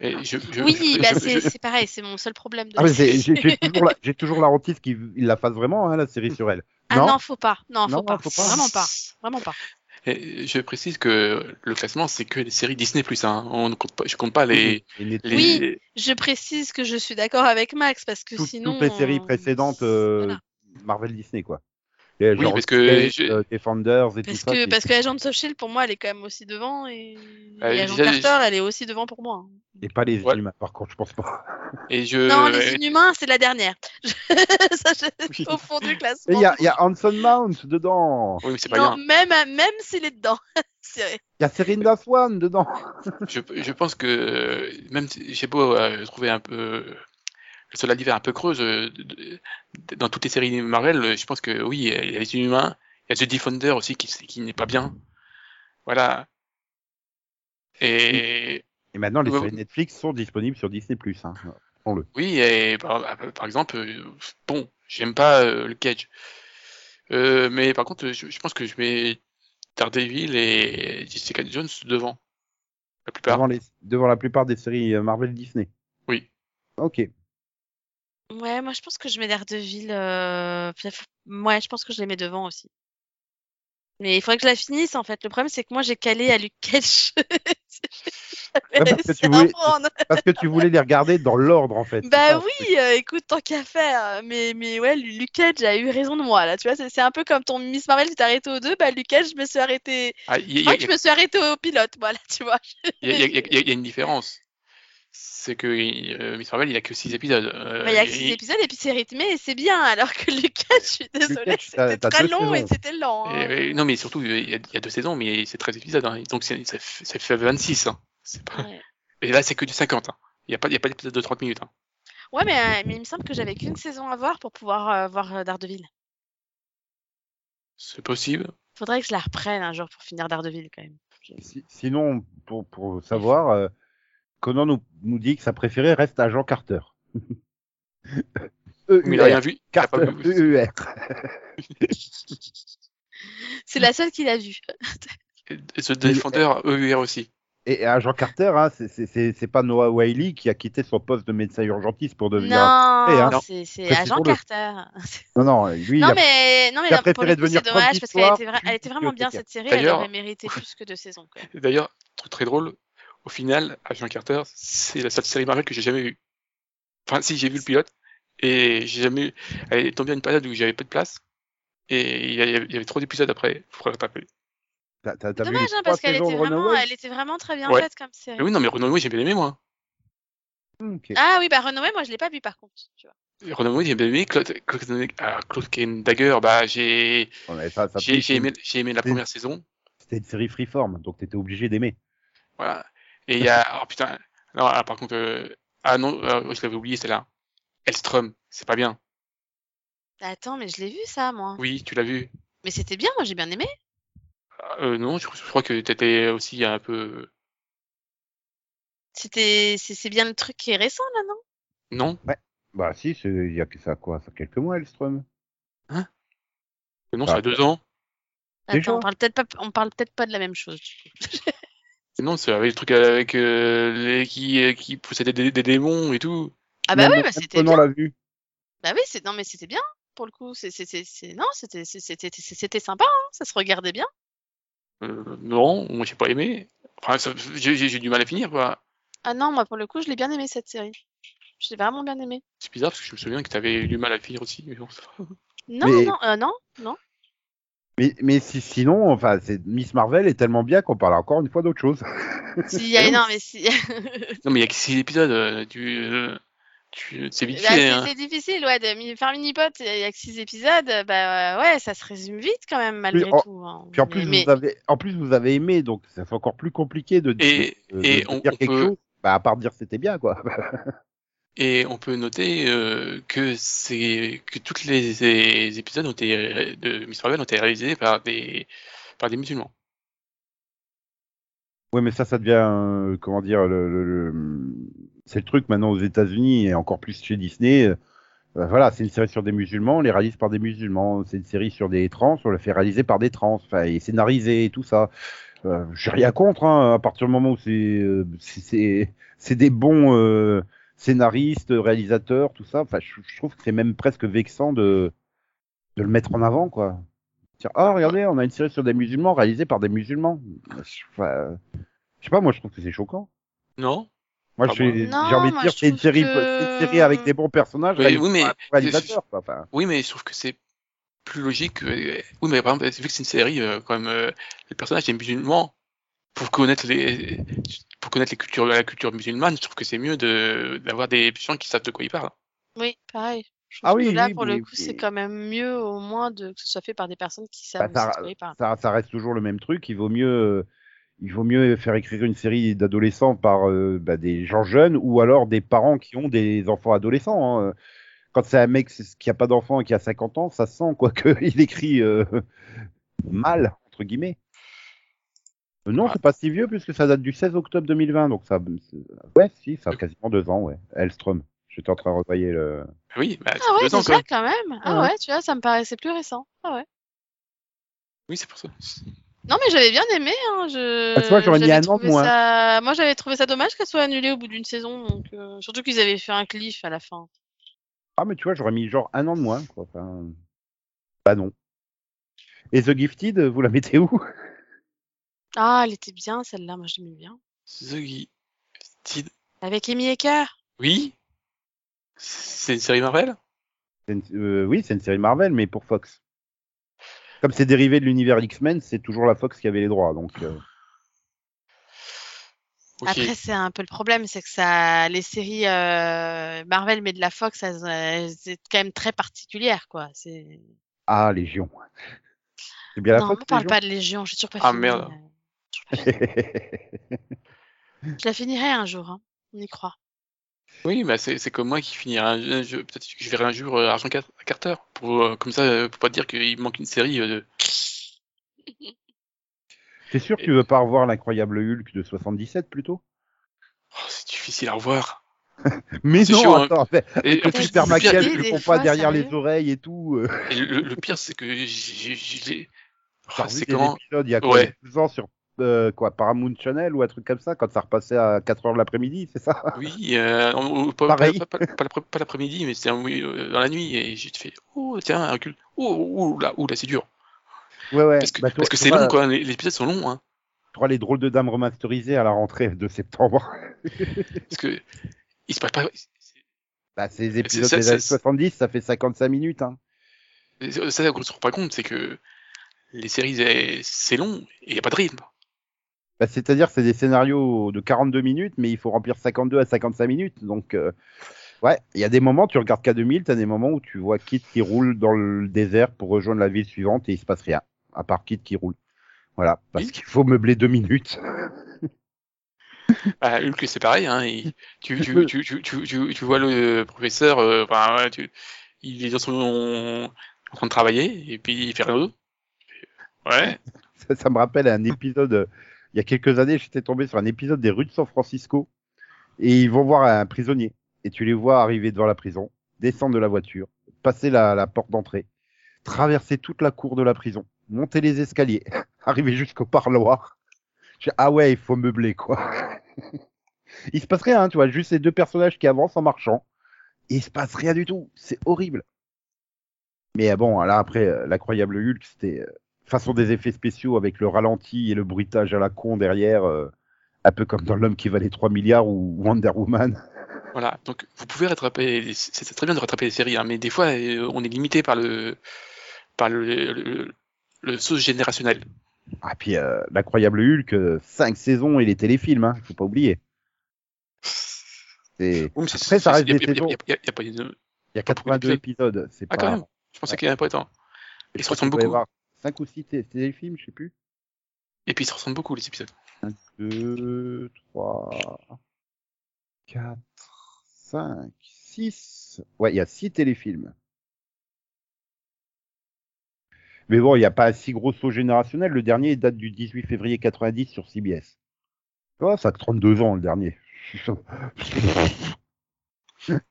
S2: Et je, je-
S3: Oui,
S2: je-
S3: bah
S2: je-
S3: c'est
S2: je-
S3: c'est pareil, c'est mon seul problème de
S1: Ah,
S3: la
S1: mais c'est-
S3: série.
S1: j'ai j'ai toujours, la- j'ai toujours la hantise qu'il il la fasse vraiment, hein, la série sur elle.
S3: Ah non, faut pas. Non, faut
S1: Non,
S3: pas.
S1: faut pas.
S3: Vraiment pas. Vraiment pas.
S2: et je précise que le classement, c'est que les séries Disney+. Hein. On ne compte pas, je compte pas les...
S1: Et Netflix,
S2: les-
S3: Oui. Je précise que je suis d'accord avec Max parce que
S1: tout-
S3: sinon.
S1: toutes les séries
S3: euh,
S1: précédentes euh,
S3: voilà.
S1: Marvel Disney, quoi. Et
S2: Oui,
S1: genre
S2: parce que
S1: Flash,
S2: j'ai-
S1: euh, Defenders et
S3: Parce
S1: tout ça.
S3: que,
S1: c'est-
S3: parce que l'agent de Sochil, E pour moi, elle est quand même aussi devant. Et,
S2: Ah,
S3: et
S2: oui,
S3: Agent
S2: déjà,
S3: Carter,
S2: les-
S3: elle est aussi devant pour moi.
S1: Et pas les
S2: Ouais.
S1: humains, par contre, je pense pas.
S2: Et je...
S3: Non,
S2: et-
S3: les Inhumains, c'est la dernière. Ça, je-
S2: Oui.
S3: au fond du
S1: Et il
S3: classement.
S1: y a, il y a Hanson Mount dedans.
S2: Oui, mais c'est pas
S3: Non,
S2: bien.
S3: même, même s'il est dedans. C'est-
S1: Il y a Serinda Swan dedans.
S2: Je, je pense que euh, même si j'ai beau euh, trouver un peu euh, le soldat d'hiver un peu creuse euh, de- de- dans toutes les séries Marvel, euh, je pense que oui, il y a- il y a les Inhumains, il y a The Defender aussi qui, qui n'est pas bien. Voilà. Et
S1: Et maintenant, les
S2: Ouais,
S1: séries
S2: ouais.
S1: Netflix sont disponibles sur Disney+. Hein.
S2: oui, et par, par exemple, euh, bon, j'aime pas euh, le Cage. Euh, mais par contre, je, je pense que je mets Daredevil et Jessica Jones devant la plupart.
S1: Devant, les- devant la plupart des séries euh, Marvel Disney.
S2: Oui.
S1: Ok.
S3: Ouais, moi, je pense que je mets Daredevil. Euh... puis, Ouais, je pense que je les mets devant aussi. Mais il faudrait que je la finisse, en fait. Le problème, c'est que moi, j'ai calé à Luke Cage.
S1: Ouais, parce que tu
S3: C'est
S1: voulais-
S3: imprendre.
S1: Parce que tu voulais les regarder dans l'ordre, en fait.
S3: Bah
S1: C'est ça.
S3: oui, euh, écoute, tant qu'à faire. Mais, mais ouais, Lu- Luke Cage a eu raison de moi, là. Tu vois, c'est c'est un peu comme ton Miss Marvel, tu t'es arrêté au 2. Bah, Luke Cage, je me suis arrêté.
S2: Ah, il y a- il y a-
S3: Moi, je me suis arrêté au pilote, moi, là, tu vois.
S2: Il y, a- il y a- il y a- il y a une différence. C'est que euh, Miss Marvel, il a que 6 épisodes. Euh,
S3: Bah, Il y a que 6
S2: et-
S3: épisodes et puis c'est rythmé et c'est bien. Alors que Luke Cage, je suis désolée,
S1: Cage, t'as-
S3: c'était
S1: t'as
S3: très
S1: deux
S3: long et
S1: saisons.
S3: c'était lent. hein.
S2: et- et- Eh non, mais surtout, il y a, il y a deux saisons, mais c'est 13 épisodes. hein. Donc, c'est- ça, fait- ça fait 26. hein. C'est pas-
S3: Ouais.
S2: Et là, c'est que du 50. hein. Il n'y a pas, il y a pas d'épisode de 30 minutes. hein.
S3: Ouais, mais, euh, mais il me semble que j'avais qu'une saison à voir pour pouvoir euh, voir euh, Daredevil.
S2: C'est possible.
S3: Faudrait que je la reprenne un jour pour finir Daredevil quand même.
S1: Si- sinon, pour, pour savoir, euh, Conan nous, nous dit que sa préférée reste Agent Carter. e
S2: Mais il n'a rien vu. il a pas
S1: Carter, E
S2: vu.
S1: EUR.
S3: C'est la seule qu'il a vue.
S2: The Defender, EUR aussi.
S1: Et Agent Carter, hein, c'est- c'est c'est- c'est pas Noah Wiley qui a quitté son poste de médecin urgentiste pour devenir. et, hein,
S3: Non, c'est- c'est
S1: précisons-le.
S3: Agent Carter.
S1: Non, non, lui, il
S3: Non
S1: a-
S3: mais, non, mais
S1: il a
S3: là, pour le
S1: préféré
S3: coup,
S1: devenir
S3: c'est dommage
S1: prof
S3: parce qu'elle était,
S1: d'histoire
S3: vra-
S1: puis
S3: elle était vraiment bien
S1: bibliothécaire.
S3: cette série, elle
S2: D'ailleurs-
S3: aurait mérité plus que deux saisons. Quoi.
S2: Et D'ailleurs, truc très drôle, au final, Agent Carter, c'est la seule série Marvel que j'ai jamais vue. Enfin, si, j'ai vu le pilote. Et j'ai jamais eu. Elle est tombée à une période où j'avais peu de place. Et il y avait, il y avait trop d'épisodes après. Faut rattraper.
S1: t'as- t'as- t'as vu les
S3: Dommage hein,
S1: trois
S3: parce qu'elle
S1: saisons
S3: était
S1: de
S3: vraiment,
S1: Runaway
S3: elle était vraiment très bien
S2: Ouais.
S3: faite comme série.
S2: Mais oui, non, mais Renault, j'ai bien aimé, moi.
S1: Ok.
S3: Ah oui, bah Runaway, moi je l'ai pas vu par contre. Tu vois.
S2: Renault, j'ai bien aimé. Claude, Claude, ah, Claude Kane Dagger, bah, j'ai,
S1: Ouais, mais ça- ça
S2: j'ai,
S1: fait-
S2: j'ai aimé, j'ai aimé la
S1: c'est-
S2: première saison.
S1: C'était une série freeform, donc t'étais obligé d'aimer.
S2: Voilà. Et il y a, oh putain, non, ah, par contre, euh, ah non, euh, je l'avais oublié, celle-là. Elstrom, c'est pas bien.
S3: Bah, Attends, mais je l'ai vu ça moi.
S2: Oui, tu l'as vu.
S3: Mais c'était bien, moi j'ai bien aimé.
S2: Euh, non, je, je crois que t'étais aussi un peu,
S3: C'était, c'est c'est bien le truc qui est récent là, non
S2: non?
S1: Bah si, c'est- il y a que ça quoi, ça fait quelques mois, Elstrom.
S2: Non, ça
S1: Ah.
S2: a deux ans.
S1: Déjà
S3: Attends, on parle peut-être pas, on parle peut-être pas de la même chose. du coup.
S2: Non, c'est avec le truc avec, euh, les, qui, euh, qui possédaient des, des démons et tout.
S3: ah bah
S1: Même-
S3: oui,
S1: même
S3: bah c'était
S1: Conan
S3: bien.
S1: l'a vu.
S3: Bah oui, c'est non mais c'était bien pour le coup. C'est, c'est, c'est, c'est- non, c'était, c'est- c'était, c'est- c'était sympa. hein, Ça se regardait bien.
S2: Euh, non, moi j'ai pas aimé. Enfin, ça- j'ai j'ai- j'ai du mal à finir, quoi.
S3: Ah non, moi pour le coup, je l'ai bien aimé cette série. Je l'ai vraiment bien aimé.
S2: C'est bizarre parce que je me souviens que t'avais eu du mal à finir aussi. mais bon, ça va.
S3: Non,
S1: Mais-
S3: non, euh, non, non.
S1: Mais, mais si, sinon, enfin, c'est- Miss Marvel est tellement bien qu'on parle encore une fois d'autre chose.
S3: Si, y a-
S1: Et
S3: non, mais si.
S2: Non, mais il y a que six épisodes. euh, Tu, euh, tu, c'est vite
S3: Bah,
S2: fait.
S3: c'est-
S2: hein.
S3: c'est difficile, ouais, de mi- faire mini-pot, il y a que six épisodes, euh, bah ouais, ça se résume vite quand même, malgré
S1: en-
S3: tout. hein.
S1: Puis en plus,
S3: Mais- mais-
S1: vous avez, en plus, vous avez aimé, donc ça fait encore plus compliqué de,
S2: Et,
S1: de- de
S2: et on,
S1: dire
S2: on
S1: quelque
S2: peut,
S1: chose. Bah, à part dire c'était bien, quoi.
S2: et on peut noter euh, que c'est que toutes les, les épisodes ont été, ré- de Miss Marvel ont été réalisés par des par des musulmans.
S1: Ouais, mais ça, ça devient, euh, comment dire, le, le- le- c'est le truc maintenant aux États-Unis et encore plus chez Disney. euh, euh, voilà, c'est une série sur des musulmans, on les réalise par des musulmans. C'est une série sur des trans, on la fait réaliser par des trans, enfin, et scénarisé et tout ça. Euh, J'ai rien contre, hein, à partir du moment où c'est, euh, c'est- c'est, c'est des bons euh, scénaristes, réalisateurs, tout ça. Enfin, je, je trouve que c'est même presque vexant de, de le mettre en avant, quoi. Dire, Ah, regardez, on a une série sur des musulmans réalisée par des musulmans. Enfin, je sais pas, moi je trouve que c'est choquant.
S2: Non.
S1: Moi
S2: Ah
S1: j'ai
S2: bon
S1: j'ai
S3: Non,
S1: envie de
S3: moi,
S1: dire
S3: je
S1: c'est une
S3: trouve
S1: série,
S3: que-
S1: c'est une série avec des bons personnages,
S2: Oui,
S1: réalisés
S2: oui, mais-
S1: par un réalisateur. quoi, enfin.
S2: Oui, mais je trouve que c'est plus logique. euh, Oui, mais par exemple, vu que c'est une série, euh, quand même, euh, les personnages des musulmans, pour connaître les pour connaître les cultures, la culture musulmane, je trouve que c'est mieux de d'avoir des gens qui savent de quoi ils parlent.
S3: Oui, pareil. Je
S1: Ah
S3: trouve que
S1: oui,
S3: là,
S1: oui,
S3: pour
S1: mais-
S3: le coup, c'est quand même mieux au moins de... que ce soit fait par des personnes qui savent
S1: Bah, ça-
S3: aussi de quoi ils parlent.
S1: ça, ça reste toujours le même truc. Il vaut mieux, euh, il vaut mieux faire écrire une série d'adolescents par euh, bah, des gens jeunes ou alors des parents qui ont des enfants adolescents. hein. Quand c'est un mec c'est- qui a pas d'enfant et qui a 50 ans, ça se sent quoi que il écrit euh, mal entre guillemets. Euh, Non,
S2: Ouais.
S1: c'est pas si vieux puisque ça date du 16 octobre 2020, donc ça, c'est- ouais, si, ça a quasiment deux ans, ouais. Elstrom, j'étais en train de revoyer le.
S2: Oui, bah,
S3: Ah ouais,
S2: dedans,
S3: déjà
S2: quoi.
S3: quand même. Ah
S1: Ouais.
S3: ouais, tu vois, ça me paraissait plus récent. Ah ouais.
S2: Oui, c'est pour ça.
S3: Non, mais j'avais bien aimé. Hein. Je...
S1: Bah, tu vois, j'aurais mis
S3: j'avais
S1: un an de
S3: trouvé
S1: moins.
S3: ça- Moi, j'avais trouvé ça dommage qu'elle soit annulée au bout d'une saison. Donc, euh, Surtout qu'ils avaient fait un cliff à la fin.
S1: Ah, mais tu vois, j'aurais mis genre un an de moins, quoi. Enfin, bah non. Et The Gifted, vous la mettez où
S3: Ah, elle était bien celle-là. Moi, je l'aimais bien.
S2: The Gifted.
S3: Avec Amy Ecker.
S2: Oui. C'est une série Marvel.
S1: C'est une- euh, Oui, c'est une série Marvel, mais pour Fox. Comme c'est dérivé de l'univers X-Men, c'est toujours la Fox qui avait les droits. Donc, euh,
S2: Ok.
S3: Après, c'est un peu le problème, c'est que ça, les séries euh, Marvel mais de la Fox, elles, elles étaient quand même très particulières, quoi. C'est.
S1: ah, Légion. C'est bien la
S3: non, on
S1: Fox.
S3: parle
S1: Légion
S3: pas de Légion. J'ai toujours pas
S2: Ah,
S3: fini.
S2: merde.
S3: euh, j'ai toujours pas fini. Je la finirai un jour. hein. On y croit.
S2: Oui, bah c'est c'est comme moi qui finirai un jeu. Peut-être que je verrai un jour euh, Argent Car- Carter. Pour, euh, comme ça, euh, pour pas dire qu'il manque une série. euh, de...
S1: c'est sûr que tu veux pas revoir l'incroyable Hulk de 77 plutôt
S2: Oh, c'est difficile à revoir.
S1: Mais
S2: C'est
S1: non,
S2: chaud, hein.
S1: attends, avec
S2: Et en
S1: le
S3: plus,
S1: super
S2: le pire-
S1: maquillage
S3: des
S1: qu'ils font
S3: fois,
S1: pas derrière les
S3: sérieux.
S1: oreilles et tout. euh,
S2: Et le, le pire, c'est que j'ai- j'ai- j'ai. Oh,
S1: T'as revu
S2: c'est
S1: des
S2: quand
S1: épisodes il y a quoi,
S2: Ouais.
S1: deux ans sur euh, quoi, Paramount Channel ou un truc comme ça, quand ça repassait à 4 heures de l'après-midi, c'est ça
S2: Oui, euh, on- on- pas, pas-
S1: Pareil.
S2: pas- pas- pas l'après- pas l'après-midi, mais c'était un- oui, euh, dans la nuit. Et j'ai fait Oh, tiens, un cul. Oh, oh, là, oh, là c'est dur.
S1: Ouais, ouais.
S2: Parce que
S1: Bah, tu-
S2: parce que
S1: tu
S2: c'est
S1: vois,
S2: long, quoi. Les, les épisodes sont longs. Hein.
S1: tu vois les drôles de dames remasterisées à la rentrée de septembre.
S2: Parce que. Il se passe pas.
S1: Bah, ces épisodes
S2: ça,
S1: des années
S2: c'est-
S1: 70, ça fait 55 minutes. Hein.
S2: Et Ça, ça qu'on se rend pas compte, c'est que les séries, eh, c'est long et il n'y a pas de rythme.
S1: Bah, C'est-à-dire, c'est des scénarios de 42 minutes, mais il faut remplir 52 à 55 minutes. Donc, euh, ouais, il y a des moments, tu regardes K2000, t'as des moments où tu vois Kit qui roule dans le désert pour rejoindre la ville suivante et il se passe rien, à part Kit qui roule. Voilà, parce
S2: Oui.
S1: qu'il faut meubler deux minutes.
S2: Bah, Hulk, c'est pareil. Hein, il- tu, tu,
S1: Oui.
S2: tu, tu, tu, tu, tu vois le professeur, euh, enfin, ouais, tu, il est dans son, en train de travailler et puis il fait rien d'autre. Ouais,
S1: ça, ça me rappelle un épisode, euh, il y a quelques années, j'étais tombé sur un épisode des rues de San Francisco, et ils vont voir un prisonnier, et tu les vois arriver devant la prison, descendre de la voiture, passer la, la porte d'entrée, traverser toute la cour de la prison, monter les escaliers, arriver jusqu'au parloir. Je dis, ah ouais, il faut meubler, quoi. il se passe rien, hein, tu vois, juste ces deux personnages qui avancent en marchant, il se passe rien du tout, c'est horrible. Mais euh, bon, là après, euh, l'incroyable Hulk, c'était façon des effets spéciaux avec le ralenti et le bruitage à la con derrière. euh, Un peu comme dans L'homme qui valait 3 milliards ou Wonder Woman.
S2: Voilà, donc vous pouvez rattraper, les- c'est c'est très bien de rattraper les séries, hein, mais des fois euh, on est limité par le par le, le, le sauce générationnel.
S1: Ah, puis euh, l'incroyable Hulk, 5 saisons et les téléfilms, hein, faut pas oublier. C'est-
S2: Oui, mais c'est-
S1: Après, ça
S2: c'est-
S1: reste
S2: y a-
S1: des
S2: y a-
S1: saisons.
S2: y a- y a- y a pas une-
S1: Il y a
S2: pas beaucoup
S1: 82 épisodes, c'est
S2: Ah,
S1: pas.
S2: quand même, je pensais
S1: Ouais.
S2: qu'il y en avait pas autant. Ils se ressemblent beaucoup.
S1: 5 ou 6 téléfilms, je sais plus.
S2: Et puis ils se ressemblent beaucoup les épisodes.
S1: 2, 3, 4, 5, 6. Ouais, il y a 6 téléfilms. Mais bon, il n'y a pas un si gros saut générationnel. Le dernier date du 18 février 90 sur CBS. Oh, ça a 32 ans, le dernier.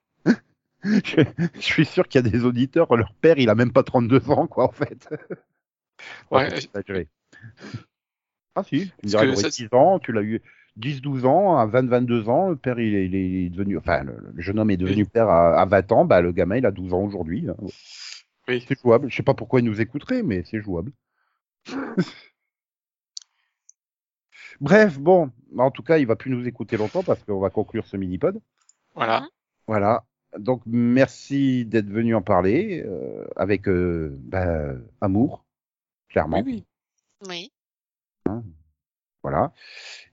S1: Je je suis sûr qu'il y a des auditeurs, leur père, il a même pas 32 ans, quoi, en fait.
S2: Ouais,
S1: Enfin, exagéré. Ah si, tu me
S2: Parce
S1: diras,
S2: que
S1: il aurait
S2: ça,
S1: 10 ans, tu l'as eu 10-12 ans, à 20-22 ans, le père il est, il est devenu, enfin le, le jeune homme est devenu père à, à 20 ans, bah le gamin il a 12 ans aujourd'hui. hein.
S2: Oui.
S1: C'est jouable, je sais pas pourquoi il nous écouterait, mais c'est jouable. Bref, bon, en tout cas il va plus nous écouter longtemps parce qu'on va conclure ce mini-pod.
S2: Voilà.
S3: Mhm.
S1: Voilà. Donc merci d'être venu en parler euh, avec euh, bah, amour, clairement.
S2: Oui, oui.
S3: Oui.
S1: Voilà.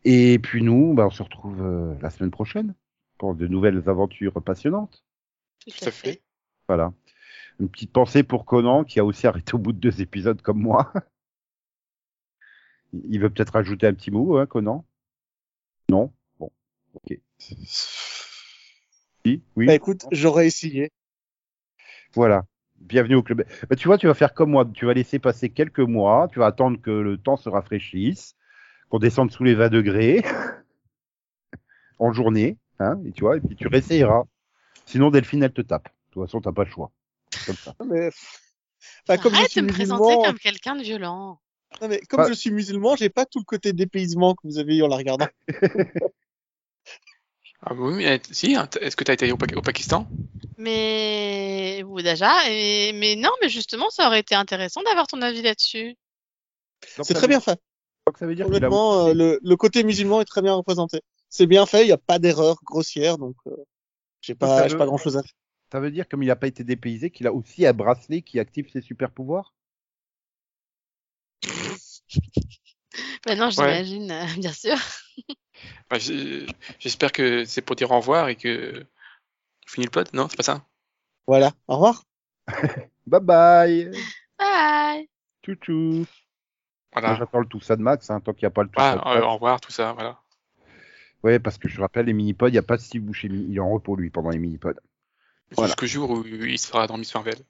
S1: Et puis nous, bah, on se retrouve euh, la semaine prochaine pour de nouvelles aventures passionnantes.
S2: Tout à fait.
S1: Voilà. Une petite pensée pour Conan qui a aussi arrêté au bout de deux épisodes comme moi. Il veut peut-être ajouter un petit mot, hein, Conan Non Bon, ok. Oui, oui.
S4: Bah, écoute, j'aurais essayé.
S1: Voilà. Bienvenue au club. Bah, tu vois, tu vas faire comme moi. Tu vas laisser passer quelques mois. Tu vas attendre que le temps se rafraîchisse, qu'on descende sous les 20 degrés en journée. Hein, et tu vois, et puis tu réessayeras. Sinon, Delphine, elle te tape. De toute façon, t'as pas le choix. C'est Comme ça.
S4: Non, mais... Bah, comme je
S3: Arrête
S4: suis
S3: de me présenter
S4: musulman,
S3: comme quelqu'un de violent.
S4: non, mais comme
S1: Ah.
S4: je suis musulman, j'ai pas tout le côté dépaysement que vous avez eu en la regardant.
S2: Ah oui, mais euh, si, hein, t- est-ce que tu as été au, Pa- au Pakistan
S3: Mais ou déjà, et- mais non, mais justement, ça aurait été intéressant d'avoir ton avis là-dessus.
S1: Donc,
S4: C'est
S1: ça
S4: très
S1: veut-
S4: bien fait.
S1: donc, ça veut dire que la-
S4: Honnêtement, euh, le, le côté musulman est très bien représenté. C'est bien fait, il n'y a pas d'erreur grossière, donc euh, j'ai
S1: Ça
S4: pas,
S1: veut-
S4: j'ai pas grand chose à faire.
S1: ça veut dire, comme il n'a pas été dépaysé, qu'il a aussi un bracelet qui active ses super pouvoirs.
S3: Maintenant, j'imagine, euh, bien sûr.
S2: Bah, j'ai- J'espère que c'est pour dire au revoir et que fini le pod. Non, c'est pas ça.
S4: Voilà, au revoir.
S1: Bye bye.
S3: Bye.
S1: Tchou
S2: Voilà.
S1: J'attends le tout ça de Max, hein, tant qu'il n'y a pas le tout ça.
S2: Ah,
S1: de
S2: euh,
S1: Max.
S2: au revoir, tout ça. Voilà.
S1: Ouais, parce que je rappelle, les mini-pods, il n'y a pas de Steve Buscemi. Il est en repos, lui, pendant les mini-pods. Voilà.
S2: Jusqu'au jour où il sera dans Miss Marvel.